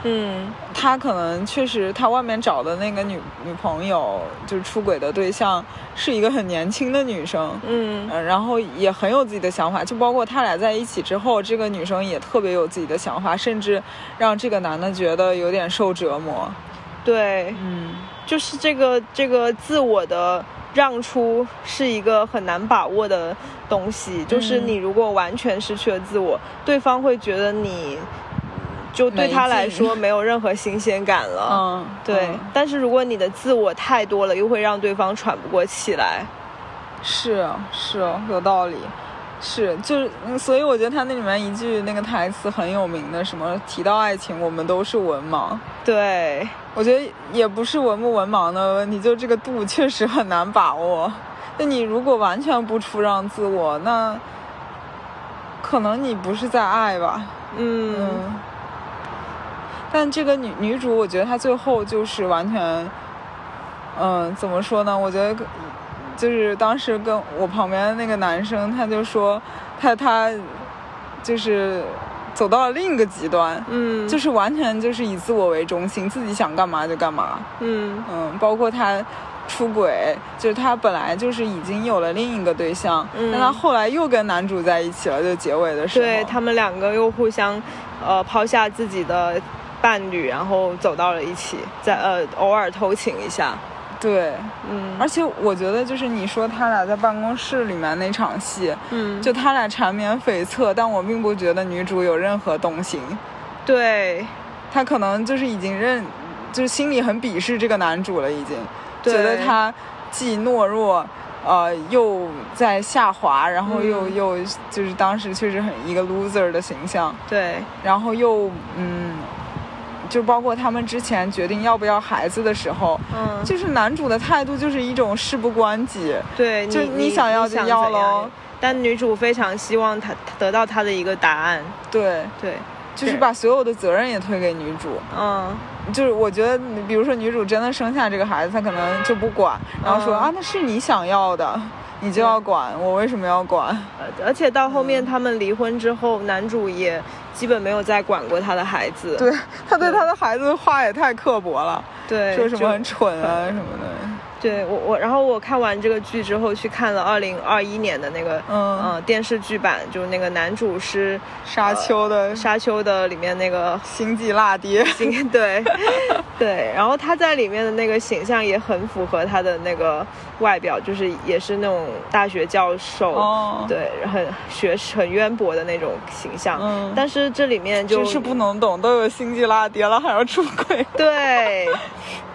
B: 嗯
A: 他可能确实他外面找的那个女女朋友就是出轨的对象是一个很年轻的女生。
B: 嗯
A: 嗯，然后也很有自己的想法，就包括他俩在一起之后，这个女生也特别有自己的想法，甚至让这个男的觉得有点受折磨。
B: 对，
A: 嗯，
B: 就是这个这个自我的让出是一个很难把握的东西，就是你如果完全失去了自我，对方会觉得你就对他来说没哦有任何新鲜感了。
A: 嗯，
B: 对，
A: 嗯
B: 但是如果你的自我太多了，又会让对方喘不过气来。
A: 是是有道理，是就是，嗯所以我觉得他那里面一句那个台词很有名的，什么提到爱情，我们都是文盲。
B: 对，
A: 我觉得也不是文不文盲的问题，就这个度确实很难把握。那你如果完全不出让自我，那可能你不是在爱吧？
B: 嗯，
A: 嗯。但这个女女主，我觉得她最后就是完全，嗯，怎么说呢？我觉得跟就是当时跟我旁边的那个男生，他就说他他就是走到了另一个极端，
B: 嗯，
A: 就是完全就是以自我为中心，自己想干嘛就干嘛。
B: 嗯
A: 嗯，包括他出轨，就是他本来就是已经有了另一个对象，
B: 嗯
A: 但他后来又跟男主在一起了，就结尾的时候，
B: 对他们两个又互相，呃，抛下自己的伴侣，然后走到了一起，在呃偶尔偷情一下，
A: 对，
B: 嗯
A: 而且我觉得就是你说他俩在办公室里面那场戏，
B: 嗯，
A: 就他俩缠绵悱恻，但我并不觉得女主有任何动心，
B: 对
A: 她可能就是已经认，就是心里很鄙视这个男主了，已经
B: 对
A: 觉得他既懦弱。呃，又在下滑，然后又、
B: 嗯
A: 又就是当时确实很一个 loser 的形象，
B: 对，
A: 然后又嗯，就包括他们之前决定要不要孩子的时候，
B: 嗯，
A: 就是男主的态度就是一种事不关己，
B: 对，
A: 就
B: 你
A: 你想要就
B: 想
A: 要
B: 怎样
A: 咯
B: 但女主非常希望他得到他的一个答案，
A: 对，
B: 对，
A: 就是
B: 对
A: 把所有的责任也推给女主。
B: 嗯，
A: 就是我觉得，比如说女主真的生下这个孩子，她可能就不管，然后说、
B: 嗯
A: 啊，那是你想要的，你就要管，我为什么要管？
B: 呃而且到后
A: 嗯
B: 面他们离婚之后，男主也基本没有再管过他的孩子，
A: 对， 她对
B: 对
A: 她的孩子的话也太刻薄了，
B: 对，
A: 说什
B: 就
A: 么很蠢啊什么的。
B: 对我我，然后我看完这个剧之后，去看了二零二一年的那个
A: 嗯
B: 呃电视剧版，就是那个男主是
A: 沙丘的
B: 《沙丘》的里面那 个
A: 星际辣爹，
B: 金，对对，然后他在里面的那个形象也很符合他的那个外表，就是也是那种大学教 授，
A: 哦
B: 对，很学识很渊博的那种形象。
A: 嗯
B: 但是这里面就
A: 真是不能懂，都有星际辣爹了还要出轨。
B: 对，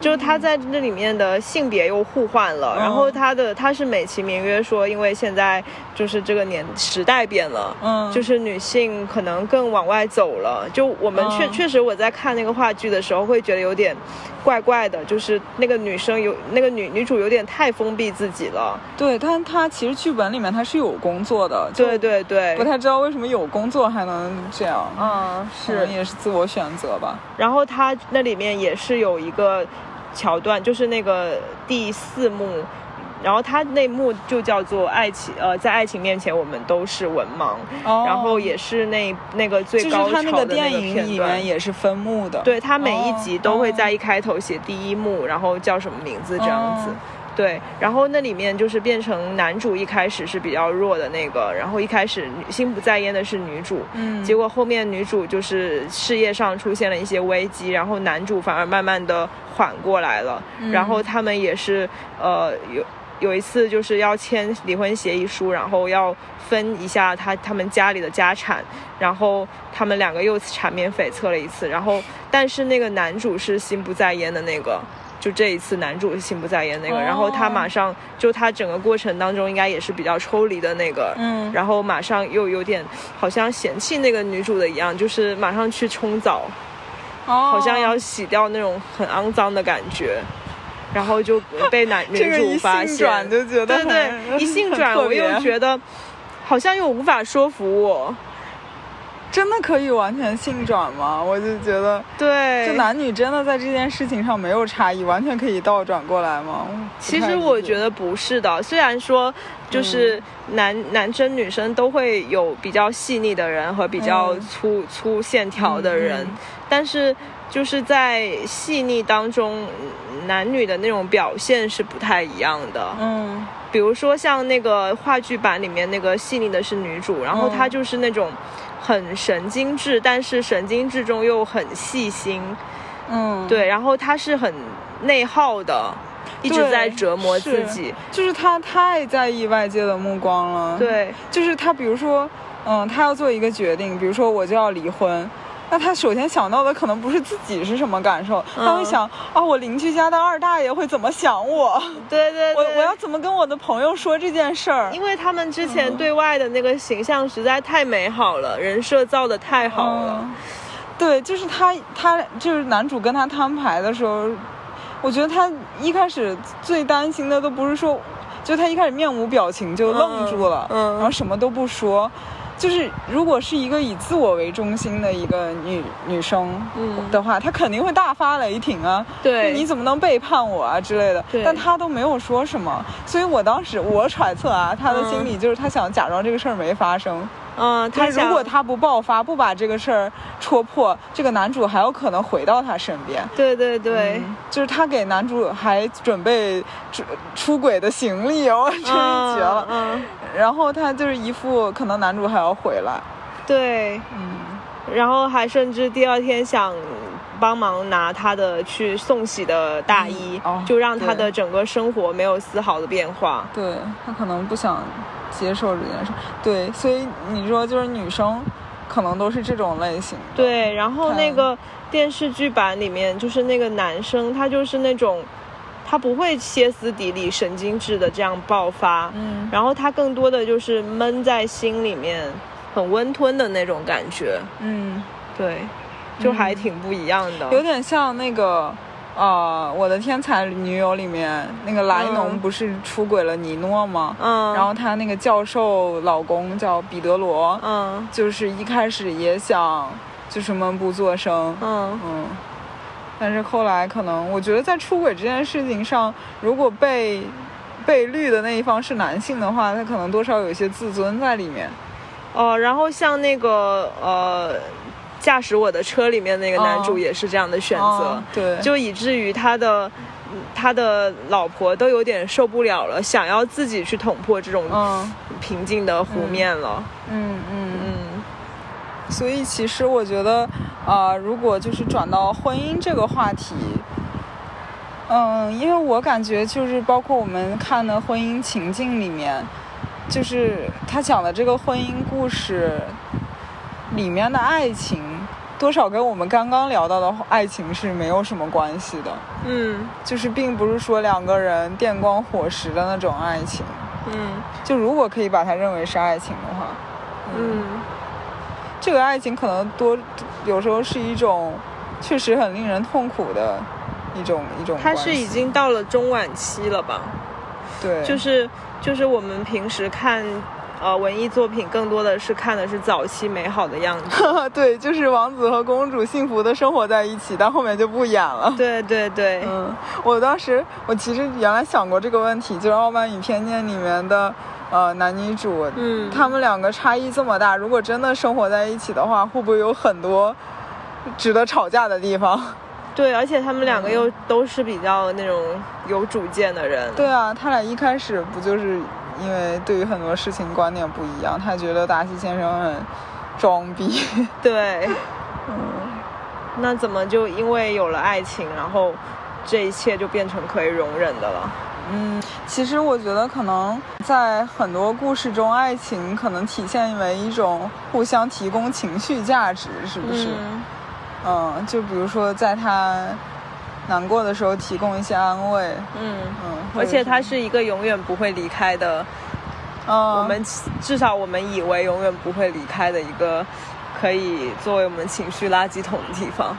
B: 就是他在这里面的性别又互换了，
A: 嗯
B: 然后他的他是美其名曰说，因为现在就是这个年时代变了。
A: 嗯，
B: 就是是女性可能更往外走了，就我们确、
A: 嗯
B: 确实我在看那个话剧的时候会觉得有点怪怪的，就是那个女生有那个女女主有点太封闭自己了，
A: 对，但她其实剧本里面她是有工作的，就
B: 对对对
A: 不，太知道为什么有工作还能这样。
B: 嗯
A: 可
B: 是
A: 能，也是自我选择吧。
B: 然后它那里面也是有一个桥段，就是那个第四幕，然后它那幕就叫做爱情，呃，在爱情面前我们都是文盲，
A: 哦
B: 然后也是那那个最
A: 就是
B: 高
A: 他
B: 潮
A: 那
B: 的
A: 个
B: 个
A: 电影
B: 片
A: 里
B: 段
A: 面也是分幕的，
B: 对他每一集都会在
A: 一
B: 一开头写第一幕，然后叫什么名字这样子
A: 哦。
B: 对，然后那里面就是变成男主一开始是比较弱的那个，然后一开始女心不在焉的是女主，
A: 嗯
B: 结果后面女主就是事业上出现了一些危机，然后男主反而慢慢的缓过来了，
A: 嗯
B: 然后他们也是呃有。有一次就是要签离婚协议书，然后要分一下他他们家里的家产，然后他们两个又缠绵悱恻了一次，然后但是那个男主是心不在焉的那个，就这一次男主是心不在焉那个，
A: 哦
B: 然后他马上就他整个过程当中应该也是比较抽离的那个，
A: 嗯
B: 然后马上又有点好像嫌弃那个女主的一样，就是马上去冲澡，
A: 好
B: 好
A: 哦
B: 像要洗掉那种很肮脏的感觉。然 后就被男女
A: 这个一
B: 主发
A: 性
B: 现，
A: 转就觉得
B: 对对，
A: 很
B: 一性转
A: 很特
B: 我
A: 别
B: 又觉得好像又无法说服我，
A: 真的可以完全性转吗？我就觉得，
B: 对，
A: 就男女真的在这件事情上没有差异，完全可以倒转过来吗？
B: 其实我觉
A: 得，
B: 得不是的，虽然说就是
A: 嗯
B: 男、男生女生都会有比较细腻的人和比较
A: 嗯
B: 粗、粗线条的人，
A: 嗯嗯
B: 但是就是在细腻当中，男女的那种表现是不太一样的。
A: 嗯，
B: 比如说像那个话剧版里面那个细腻的是女主，然后
A: 嗯
B: 她就是那种很神经质，但是神经质中又很细心，
A: 嗯，，
B: 对，然后她是很内耗的，一直
A: 对
B: 在折磨自
A: 是
B: 己，
A: 就是他太在意外界的目光了，，
B: 对，
A: 就是他，比如说，嗯，他要做一个决定，比如说我就要离婚。那他首先想到的可能不是自己是什么感受，他会
B: 嗯
A: 想啊，我邻居家的二大爷会怎么想我？
B: 对对对，
A: 我我要怎么跟我的朋友说这件事儿？
B: 因为他们之前对外的那个形象实在太美好了，人设造的太好了
A: 嗯， 对，就是他，他就是男主跟他摊牌的时候，我觉得他一开始最担心的都不是说，就他一开始面无表情就愣住了，
B: 嗯嗯
A: 然后什么都不说。就是如果是一个以自我为中心的一个女女生
B: 嗯
A: 的话，她肯定会大发雷霆啊，
B: 对
A: 你怎么能背叛我啊之类的
B: 对。
A: 但她都没有说什么，所以我当时我揣测啊，她的
B: 嗯
A: 心里就是她想假装这个事儿没发生。
B: 嗯，他
A: 但如
B: 想
A: 果他不爆发，不把这个事儿戳破，这个男主还有可能回到他身边。
B: 对对对，
A: 嗯就是他给男主还准备出出轨的行李哦，真是绝了。
B: 嗯，
A: 然后他就是一副可能男主还要回来，
B: 嗯对，
A: 嗯，
B: 然后还甚至第二天想帮忙拿他的去送洗的大衣，
A: 嗯哦
B: 就让他
A: 对
B: 的整个生活没有丝毫的变化。
A: 对他可能不想接受这件事，对，所以你说就是女生可能都是这种类型的，
B: 对，然后
A: 看
B: 那个电视剧版里面，就是那个男生，他就是那种，他不会歇斯底里、神经质的这样爆发，
A: 嗯，
B: 然后他更多的就是闷在心里面，很温吞的那种感觉，
A: 嗯，
B: 对，就还挺不一样的。
A: 有点像那个。呃，我的天才女友里面那个莱农
B: 嗯
A: 不是出轨了尼诺吗？
B: 嗯，
A: 然后她那个教授老公叫彼得罗，
B: 嗯
A: 就是一开始也想就是闷不作声，
B: 嗯
A: 嗯，但是后来可能我觉得在出轨这件事情上，如果被被绿的那一方是男性的话，他可能多少有一些自尊在里面。
B: 哦，然后像那个呃，驾驶我的车里面那个男
A: 哦
B: 主也是这样的选择。
A: 哦对，
B: 就以至于他的嗯他的老婆都有点受不了了，想要自己去捅破这种
A: 嗯
B: 平静的湖面了。
A: 嗯嗯嗯。
B: 嗯
A: 所以其实我觉得，呃，如果就是转到婚姻这个话题。嗯，因为我感觉就是包括我们看的婚姻情境里面，就是他讲的这个婚姻故事里面的爱情，多少跟我们刚刚聊到的爱情是没有什么关系的，
B: 嗯
A: 就是并不是说两个人电光火石的那种爱情。
B: 嗯
A: 就如果可以把它认为是爱情的话，
B: 嗯
A: 这个爱情可能多有时候是一种确实很令人痛苦的一种一种
B: 他
A: 关系。
B: 是已经到了中晚期了吧？
A: 对，
B: 就是就是我们平时看。呃，文艺作品更多的是看的是早期美好的样 子。
A: 对，就是王子和公主幸福的生活在一起，但后面就不演了。
B: 对对对，
A: 嗯，我当时我其实原来想过这个问题，就是《傲慢与偏见》里面的呃男女主，
B: 嗯
A: 他们两个差异这么大，如果真的生活在一起的话，会不会有很多值得吵架的地方？
B: 对，而且他们
A: 嗯
B: 两个又都是比较那种有主见的人。
A: 对啊，他俩一开始不就是因为对于很多事情观点不一样，他觉得达西先生很装逼。
B: 对，嗯那怎么就因为有了爱情，然后这一切就变成可以容忍的了？
A: 嗯，其实我觉得可能在很多故事中，爱情可能体现为一种互相提供情绪价值，是
B: 嗯
A: 不是？嗯就比如说在他难过的时候提供一些安慰。
B: 嗯，
A: 嗯，或
B: 而
A: 者
B: 且他
A: 什
B: 是一个永远不会离开的，
A: 么嗯，
B: 我们至少我们以为永远不会离开的一个。可以作为我们情绪垃圾桶的地方，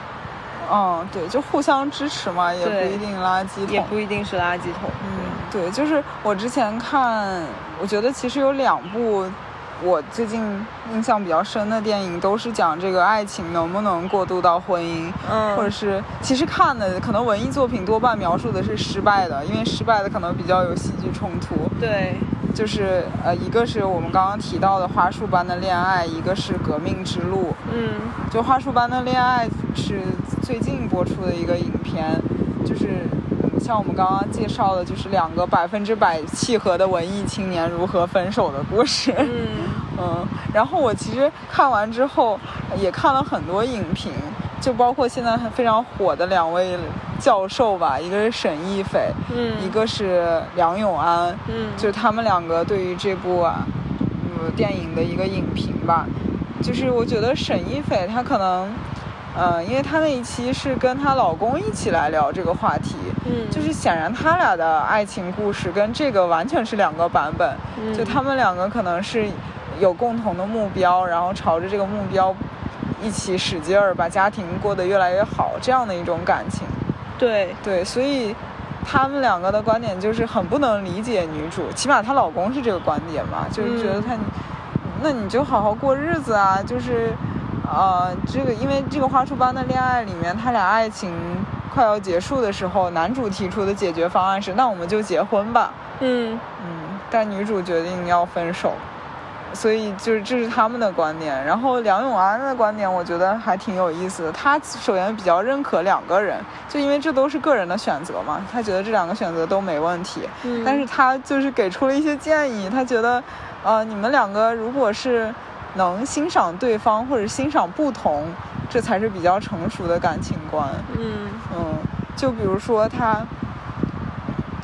A: 嗯，对，就互相支持嘛，也不
B: 对
A: 一定垃圾桶，
B: 也不一定是垃圾桶。
A: 嗯，对，就是我之前看，我觉得其实有两部我最近印象比较深的电影，都是讲这个爱情能不能过渡到婚姻，
B: 嗯
A: 或者是其实看的可能文艺作品多半描述的是失败的，因为失败的可能比较有戏剧冲突，
B: 对，
A: 就是呃，一个是我们刚刚提到的花束般的恋爱，一个是革命之路，
B: 嗯
A: 就《花束般的恋爱》是最近播出的一个影片，就是像我们刚刚介绍的，就是两个百分之百契合的文艺青年如何分手的故事。
B: 嗯
A: 嗯，然后我其实看完之后也看了很多影评，就包括现在很非常火的两位教授吧，一个是沈亦斐，
B: 嗯，
A: 一个是梁永安，
B: 嗯
A: 就是他们两个对于这部啊，嗯，电影的一个影评吧，就是我觉得沈亦斐她可能，呃，因为她那一期是跟她老公一起来聊这个话题，
B: 嗯
A: 就是显然他俩的爱情故事跟这个完全是两个版本，
B: 嗯
A: 就他们两个可能是有共同的目标，然后朝着这个目标一起使劲儿，把家庭过得越来越好这样的一种感情。
B: 对
A: 对，所以他们两个的观点就是很不能理解女主，起码她老公是这个观点嘛，就是觉得
B: 嗯
A: 她，那你就好好过日子啊，就是，呃，这个因为这个《花束般的恋爱》里面，他俩爱情快要结束的时候，男主提出的解决方案是，那我们就结婚吧，
B: 嗯
A: 嗯，但女主决定要分手，所以就是这是他们的观点。然后梁永安的观点，我觉得还挺有意思的。他首先比较认可两个人，就因为这都是个人的选择嘛，他觉得这两个选择都没问题。
B: 嗯
A: 但是他就是给出了一些建议，他觉得，呃，你们两个如果是能欣赏对方或者欣赏不同，这才是比较成熟的感情观。
B: 嗯
A: 嗯，就比如说他，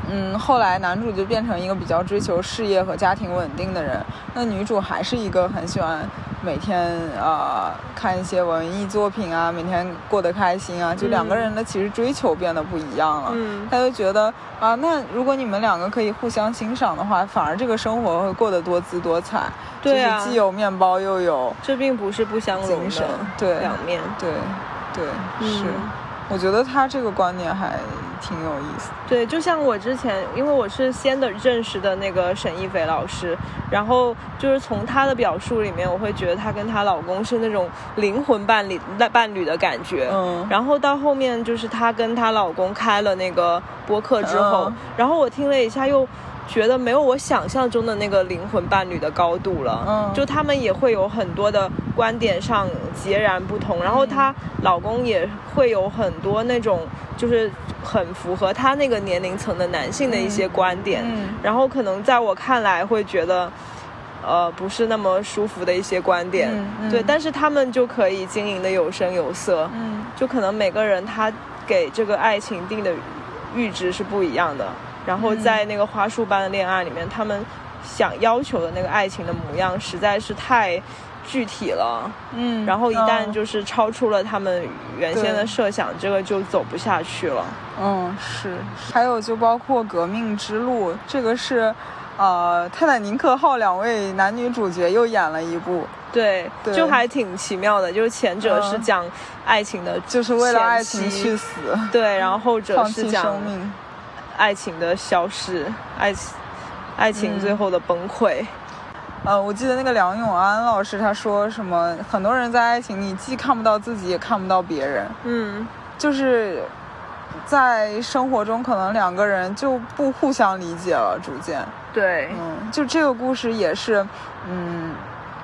A: 嗯，后来男主就变成一个比较追求事业和家庭稳定的人，那女主还是一个很喜欢每天啊、呃看一些文艺作品啊，每天过得开心啊，就两个
B: 嗯
A: 人的其实追求变得不一样了。
B: 嗯
A: 他就觉得啊，那如果你们两个可以互相欣赏的话，反而这个生活会过得多姿多彩，
B: 对啊
A: 就是既有面包又有
B: 这并不是不相容
A: 精神
B: 的，
A: 对
B: 两面。
A: 对对、是
B: 嗯，
A: 我觉得他这个观念还挺有意思的。
B: 对，就像我之前，因为我是先的认识的那个沈亦菲老师，然后就是从她的表述里面，我会觉得她跟她老公是那种灵魂伴侣伴侣的感觉。
A: 嗯
B: 然后到后面就是她跟她老公开了那个播客之后，
A: 嗯
B: 然后我听了一下又。觉得没有我想象中的那个灵魂伴侣的高度了，
A: 嗯
B: 就他们也会有很多的观点上截然不同，然后她老公也会有很多那种就是很符合她那个年龄层的男性的一些观点，
A: 嗯
B: 然后可能在我看来会觉得，呃，不是那么舒服的一些观点，
A: 嗯嗯
B: 对，但是他们就可以经营的有声有色，
A: 嗯
B: 就可能每个人他给这个爱情定的阈值是不一样的，然后在那个花束般的恋爱里面，他们想要求的那个爱情的模样实在是太具体了，
A: 嗯
B: 然后一旦就是超出了他们原先的
A: 对
B: 设想，这个就走不下去了。
A: 嗯是，还有就包括《革命之路》，这个是。呃，泰坦尼克号两位男女主角又演了一部，
B: 对，
A: 对
B: 就还挺奇妙的。就是前者是
A: 嗯
B: 讲爱情的，
A: 就是为了爱情去死，
B: 对，然后后者
A: 放
B: 是
A: 弃
B: 讲
A: 生命。
B: 爱情的消逝，爱情爱情
A: 嗯
B: 最后的崩溃。
A: 呃，我记得那个梁永安老师他说什么，很多人在爱情里既看不到自己，也看不到别人，
B: 嗯
A: 就是在生活中可能两个人就不互相理解了，逐渐。
B: 对，
A: 嗯，就这个故事也是，嗯，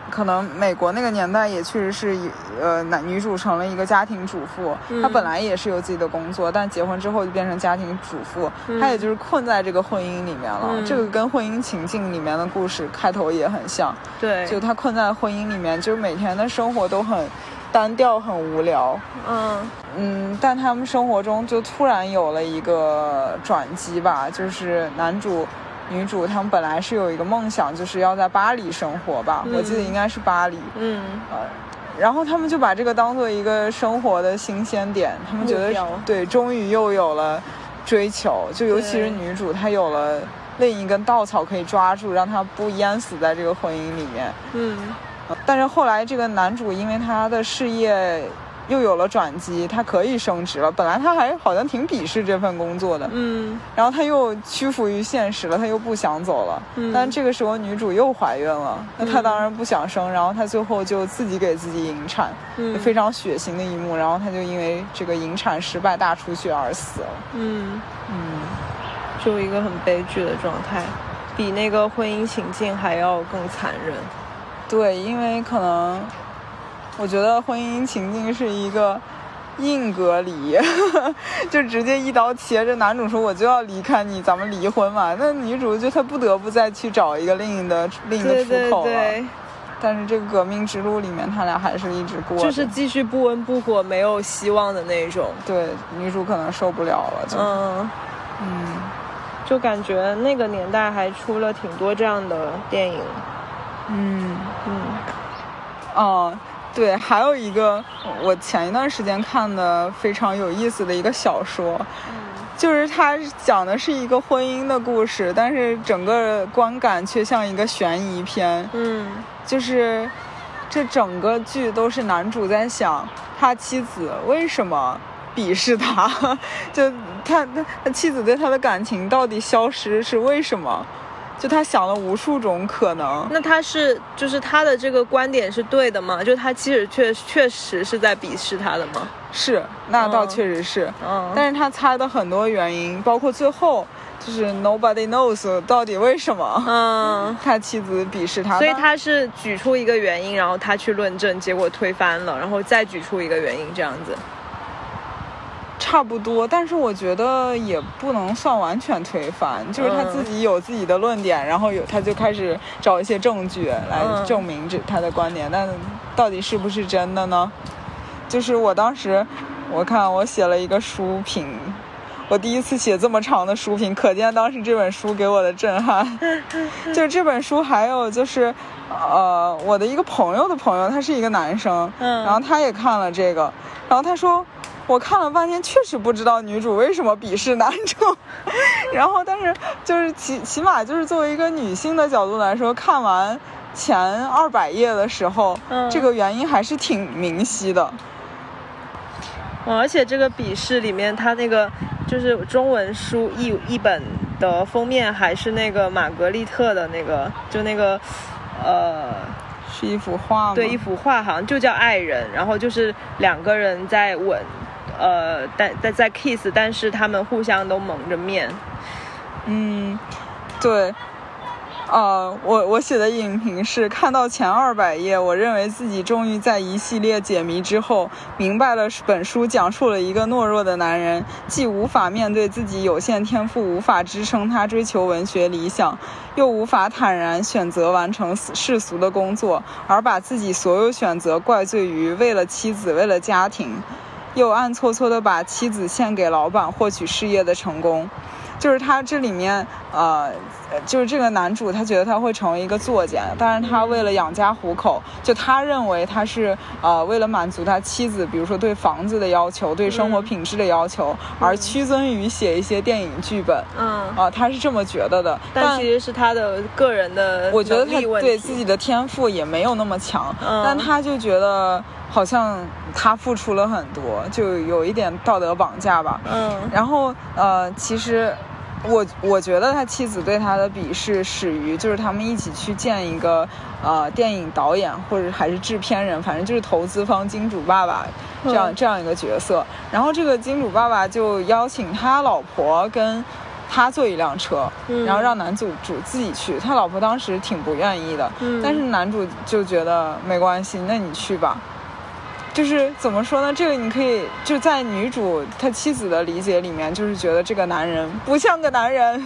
A: 可能美国那个年代也确实是一，呃，男女主成了一个家庭主妇，
B: 嗯
A: 她本来也是有自己的工作，但结婚之后就变成家庭主妇，她也就是困在这个婚姻里面了。
B: 嗯
A: 这个跟婚姻情境里面的故事开头也很像，
B: 对，
A: 就她困在婚姻里面，就是每天的生活都很单调、很无聊。
B: 嗯
A: 嗯，但他们生活中就突然有了一个转机吧，就是男主、女主他们本来是有一个梦想，就是要在巴黎生活吧，我记得
B: 嗯
A: 应该是巴黎。
B: 嗯
A: 呃，然后他们就把这个当做一个生活的新鲜点，他们觉
B: 目
A: 得
B: 标
A: 对，终于又有了追求，就尤其
B: 对
A: 是女主她有了另一根稻草可以抓住，让她不淹死在这个婚姻里面。
B: 嗯
A: 但是后来这个男主因为他的事业又有了转机，他可以升职了。本来他还好像挺鄙视这份工作的，
B: 嗯
A: 然后他又屈服于现实了，他又不想走了。
B: 嗯
A: 但这个时候女主又怀孕了，那她当然不想生，然后她最后就自己给自己引产，
B: 嗯
A: 非常血腥的一幕。然后她就因为这个引产失败大出血而死了。
B: 嗯，
A: 嗯，
B: 就一个很悲剧的状态，比那个婚姻情境还要更残忍。
A: 对，因为可能我觉得婚姻情境是一个硬隔离， 就直接一刀切。这男主说我就要离开你，咱们离婚嘛。那女主就她不得不再去找一个另一的另一个
B: 对
A: 出
B: 嗯对
A: 口了。
B: 对，
A: 但是这个革命之路里面，他俩还是一直过着。
B: 就是继续不温不火、没有希望的那种。
A: 对女主可能受不了了，就
B: 嗯。
A: 嗯
B: 就感觉那个年代还出了挺多这样的电影，
A: 嗯
B: 嗯
A: 哦，对，还有一个我前一段时间看的非常有意思的一个小说，就是它讲的是一个婚姻的故事，但是整个观感却像一个悬疑片。
B: 嗯
A: 就是这整个剧都是男主在想他妻子为什么鄙视他， 就他他他妻子对他的感情到底消失是为什么？就他想了无数种可能。
B: 那他是就是他的这个观点是对的吗？就他其实确确实是在鄙视他的吗？
A: 是，那倒
B: 嗯
A: 确实是。
B: 嗯，
A: 但是他猜的很多原因，包括最后就是 nobody knows 到底为什么
B: 嗯，
A: 他妻子鄙视他，
B: 所以他是举出一个原因，然后他去论证，结果推翻了，然后再举出一个原因，这样子。
A: 差不多，但是我觉得也不能算完全推翻，就是他
B: 嗯
A: 自己有自己的论点，然后有他就开始找一些证据来
B: 嗯
A: 证明这他的观点，但到底是不是真的呢？就是我当时，我看我写了一个书评，我第一次写这么长的书评，可见当时这本书给我的震 撼。就是这本书还有就是，呃，我的一个朋友的朋友，他是一个男生，
B: 嗯
A: 然后他也看了这个，然后他说。我看了半天，确实不知道女主为什么鄙视男 主，然后但是就是起起码就是作为一个女性的角度来说，看完前二百页的时候，
B: 嗯
A: 这个原因还是挺明晰的。
B: 嗯，而且这个笔试里面，它那个就是中文书译译本的封面还是那个玛格丽特的那个，就那个，呃，
A: 是一幅画吗？
B: 对，一幅画好像就叫《爱人》，然后就是两个人在吻，呃，但在在 kiss，但是他们互相都蒙着面。
A: 嗯，对，呃，我我写的影评是看到前二百页，我认为自己终于在一系列解谜之后，明白了本书讲述了一个懦弱的男人，既无法面对自己有限天赋，无法支撑他追求文学理想，又无法坦然选择完成世俗的工作，而把自己所有选择怪罪于为了妻子，为了家庭。又暗搓搓地把妻子献给老板，获取事业的成功。就是他这里面，呃，呃就是这个男主，他觉得他会成为一个作家，但是他为了养家糊口，就他认为他是呃为了满足他妻子，比如说对房子的要求、对生活
B: 嗯
A: 品质的要求，而屈尊于写一些电影剧本。
B: 嗯，
A: 啊、他是这么觉得的，
B: 但其实是他的个人的
A: 我觉得他
B: 能力问
A: 对
B: 题
A: 自己的天赋也没有那么强，
B: 嗯
A: 但他就觉得好像他付出了很多，就有一点道德绑架吧。
B: 嗯
A: 然后呃，其实我我觉得他妻子对他的鄙视始于就是他们一起去见一个呃电影导演或者还是制片人，反正就是投资方金主爸爸这样、
B: 嗯
A: 这样一个角色。然后这个金主爸爸就邀请他老婆跟。他坐一辆车，
B: 嗯
A: 然后让男主主自己去。他老婆当时挺不愿意的，
B: 嗯
A: 但是男主就觉得没关系，那你去吧。就是怎么说呢？这个你可以就在女主她妻子的理解里面，就是觉得这个男人不像个男 人。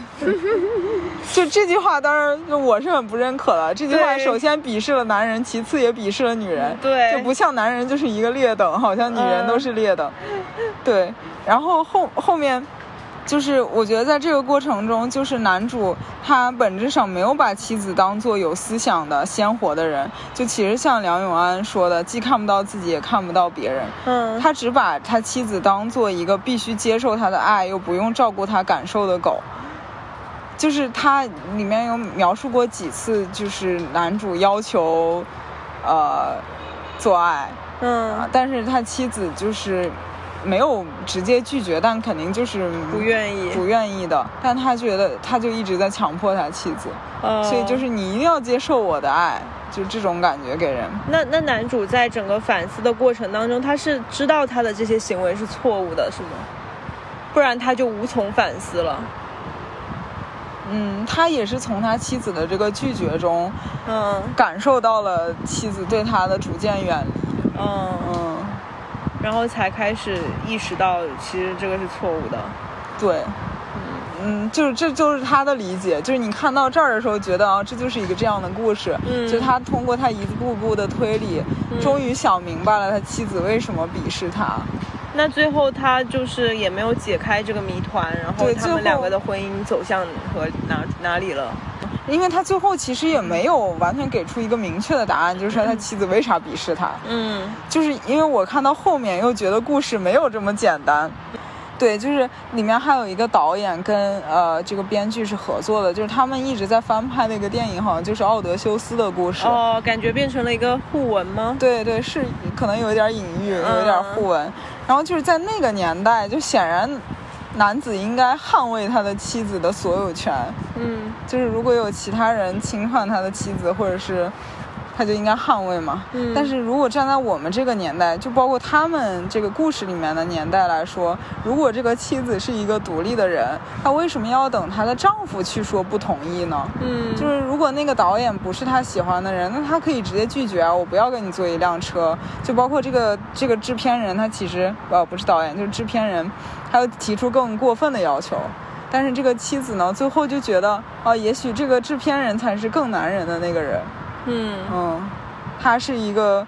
A: 就这句话，当然就我是很不认可的。这句话
B: 对
A: 首先鄙视了男人，其次也鄙视了女人。
B: 对
A: 就不像男人就是一个劣等，好像女人都是劣等。对，然后后后面。就是我觉得在这个过程中，就是男主他本质上没有把妻子当做有思想的鲜活的人，就其实像梁永安说的，既看不到自己，也看不到别人。
B: 嗯，
A: 他只把他妻子当做一个必须接受他的爱，又不用照顾他感受的狗。就是他里面有描述过几次，就是男主要求，呃，做爱，啊
B: 嗯
A: 但是他妻子就是没有直接拒绝，但肯定就是
B: 不愿意，
A: 不愿意的。但他觉得他就一直在强迫他妻子，
B: 嗯
A: 所以就是你一定要接受我的爱，就这种感觉给人。
B: 那那男主在整个反思的过程当中，他是知道他的这些行为是错误的，是吗？不然他就无从反思了。
A: 嗯，他也是从他妻子的这个拒绝中
B: 嗯
A: 感受到了妻子对他的逐渐远离。
B: 嗯，
A: 嗯，
B: 然后才开始意识到，其实这个是错误的。
A: 对。嗯，就是这就是他的理解，就是你看到这儿的时候，觉得啊，这就是一个这样的故事。
B: 嗯
A: 就他通过他一步步的推理，终于想明白了他妻子为什么鄙视他。
B: 那最后他就是也没有解开这个谜团，然后
A: 对
B: 他
A: 最后
B: 们两个的婚姻走向和哪哪里了？
A: 因为他最后其实也没有完全给出一个明确的答案，就是说他妻子为啥鄙视他。
B: 嗯
A: 就是因为我看到后面又觉得故事没有这么简单。对，就是里面还有一个导演跟呃这个编剧是合作的，就是他们一直在翻拍的一个电影，好像就是奥德修斯的故事。
B: 哦，感觉变成了一个互文吗？
A: 对对，是可能有一点隐喻，有一点
B: 嗯
A: 互文。然后就是在那个年代，就显然男子应该捍卫他的妻子的所有权，
B: 嗯
A: 就是如果有其他人侵犯他的妻子，或者是他就应该捍卫嘛。
B: 嗯
A: 但是如果站在我们这个年代，就包括他们这个故事里面的年代来说，如果这个妻子是一个独立的人，她为什么要等她的丈夫去说不同意呢？
B: 嗯，
A: 就是如果那个导演不是他喜欢的人，那他可以直接拒绝啊，我不要跟你坐一辆车。就包括这个这个制片人，他其实呃不是导演，就是制片人，他又提出更过分的要求。但是这个妻子呢，最后就觉得啊、也许这个制片人才是更男人的那个人。
B: 嗯
A: 嗯，他是一个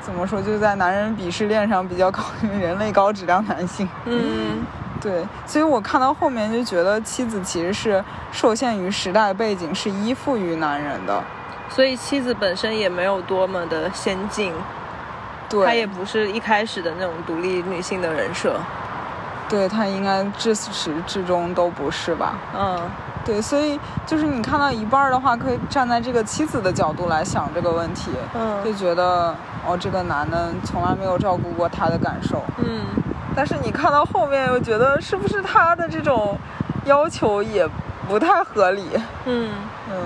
A: 怎么说，就是在男人鄙视链上比较高 人类高质量男性。
B: 嗯
A: 对，所以我看到后面就觉得妻子其实是受限于时代背景，是依附于男人的。
B: 所以妻子本身也没有多么的先进，
A: 对，
B: 她也不是一开始的那种独立女性的人设。
A: 对他应该至始至终都不是吧？
B: 嗯
A: 对，所以就是你看到一半儿的话，可以站在这个妻子的角度来想这个问题，就
B: 嗯
A: 觉得哦，这个男的从来没有照顾过她的感受。
B: 嗯
A: 但是你看到后面，又觉得是不是他的这种要求也不太合理？
B: 嗯，
A: 嗯。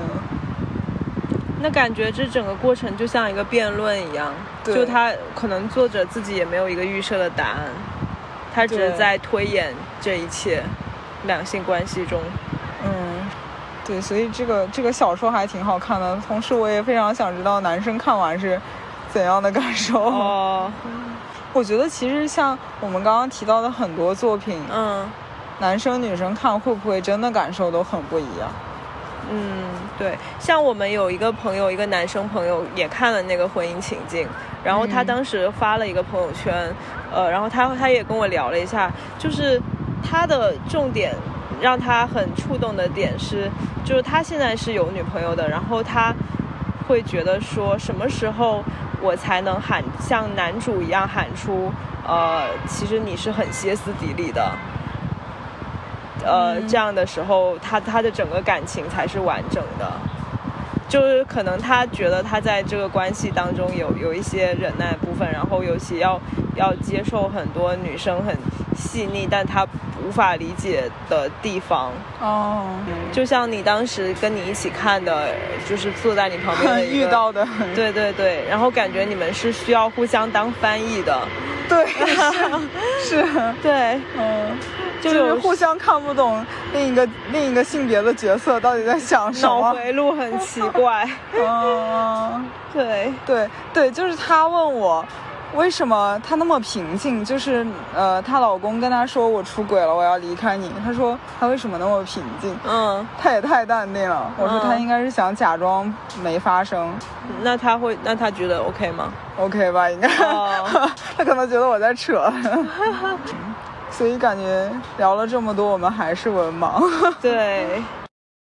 B: 那感觉这整个过程就像一个辩论一样，
A: 对
B: 就他可能作者自己也没有一个预设的答案，他只是
A: 对
B: 在推演这一切两性关系中。
A: 嗯，对，所以这个这个小说还挺好看的，同时我也非常想知道男生看完是怎样的感受。
B: 哦，
A: 我觉得其实像我们刚刚提到的很多作品，
B: 嗯
A: 男生女生看会不会真的感受都很不一样。
B: 嗯，对，像我们有一个朋友，一个男生朋友也看了那个《婚姻情境》，然后他
A: 嗯
B: 当时发了一个朋友圈，呃，然后他他也跟我聊了一下，就是他的重点让他很触动的点是，就是他现在是有女朋友的，然后他会觉得说什么时候我才能喊像男主一样喊出，呃，其实你是很歇斯底里的。呃，
A: 嗯
B: 这样的时候，他他的整个感情才是完整的，就是可能他觉得他在这个关系当中有有一些忍耐部分，然后尤其要要接受很多女生很细腻，但他无法理解的地方。
A: 哦，
B: 就像你当时跟你一起看的，就是坐在你旁边的一 个
A: 遇到的
B: 对对对，然后感觉你们是需要互相当翻译的，
A: 对是是，
B: 对，
A: 嗯，就
B: 就
A: 是
B: 有
A: 互相看不懂另一个另一个性别的角色到底在想什
B: 脑
A: 么。
B: 回路很奇 怪，
A: 嗯。
B: 对，
A: 对对，就是她问我，为什么她那么平静？就是呃，她老公跟她说我出轨了，我要离开你。她说她为什么那么平静？
B: 嗯，
A: 她也太淡定了。我说她
B: 嗯
A: 应该是想假装没发生、
B: 那他会，那他觉得 OK 吗？
A: o k 吧？应该，
B: 哦
A: 她可能觉得我在扯。 嗯所以感觉聊了这么多，我们还是文盲。
B: 对，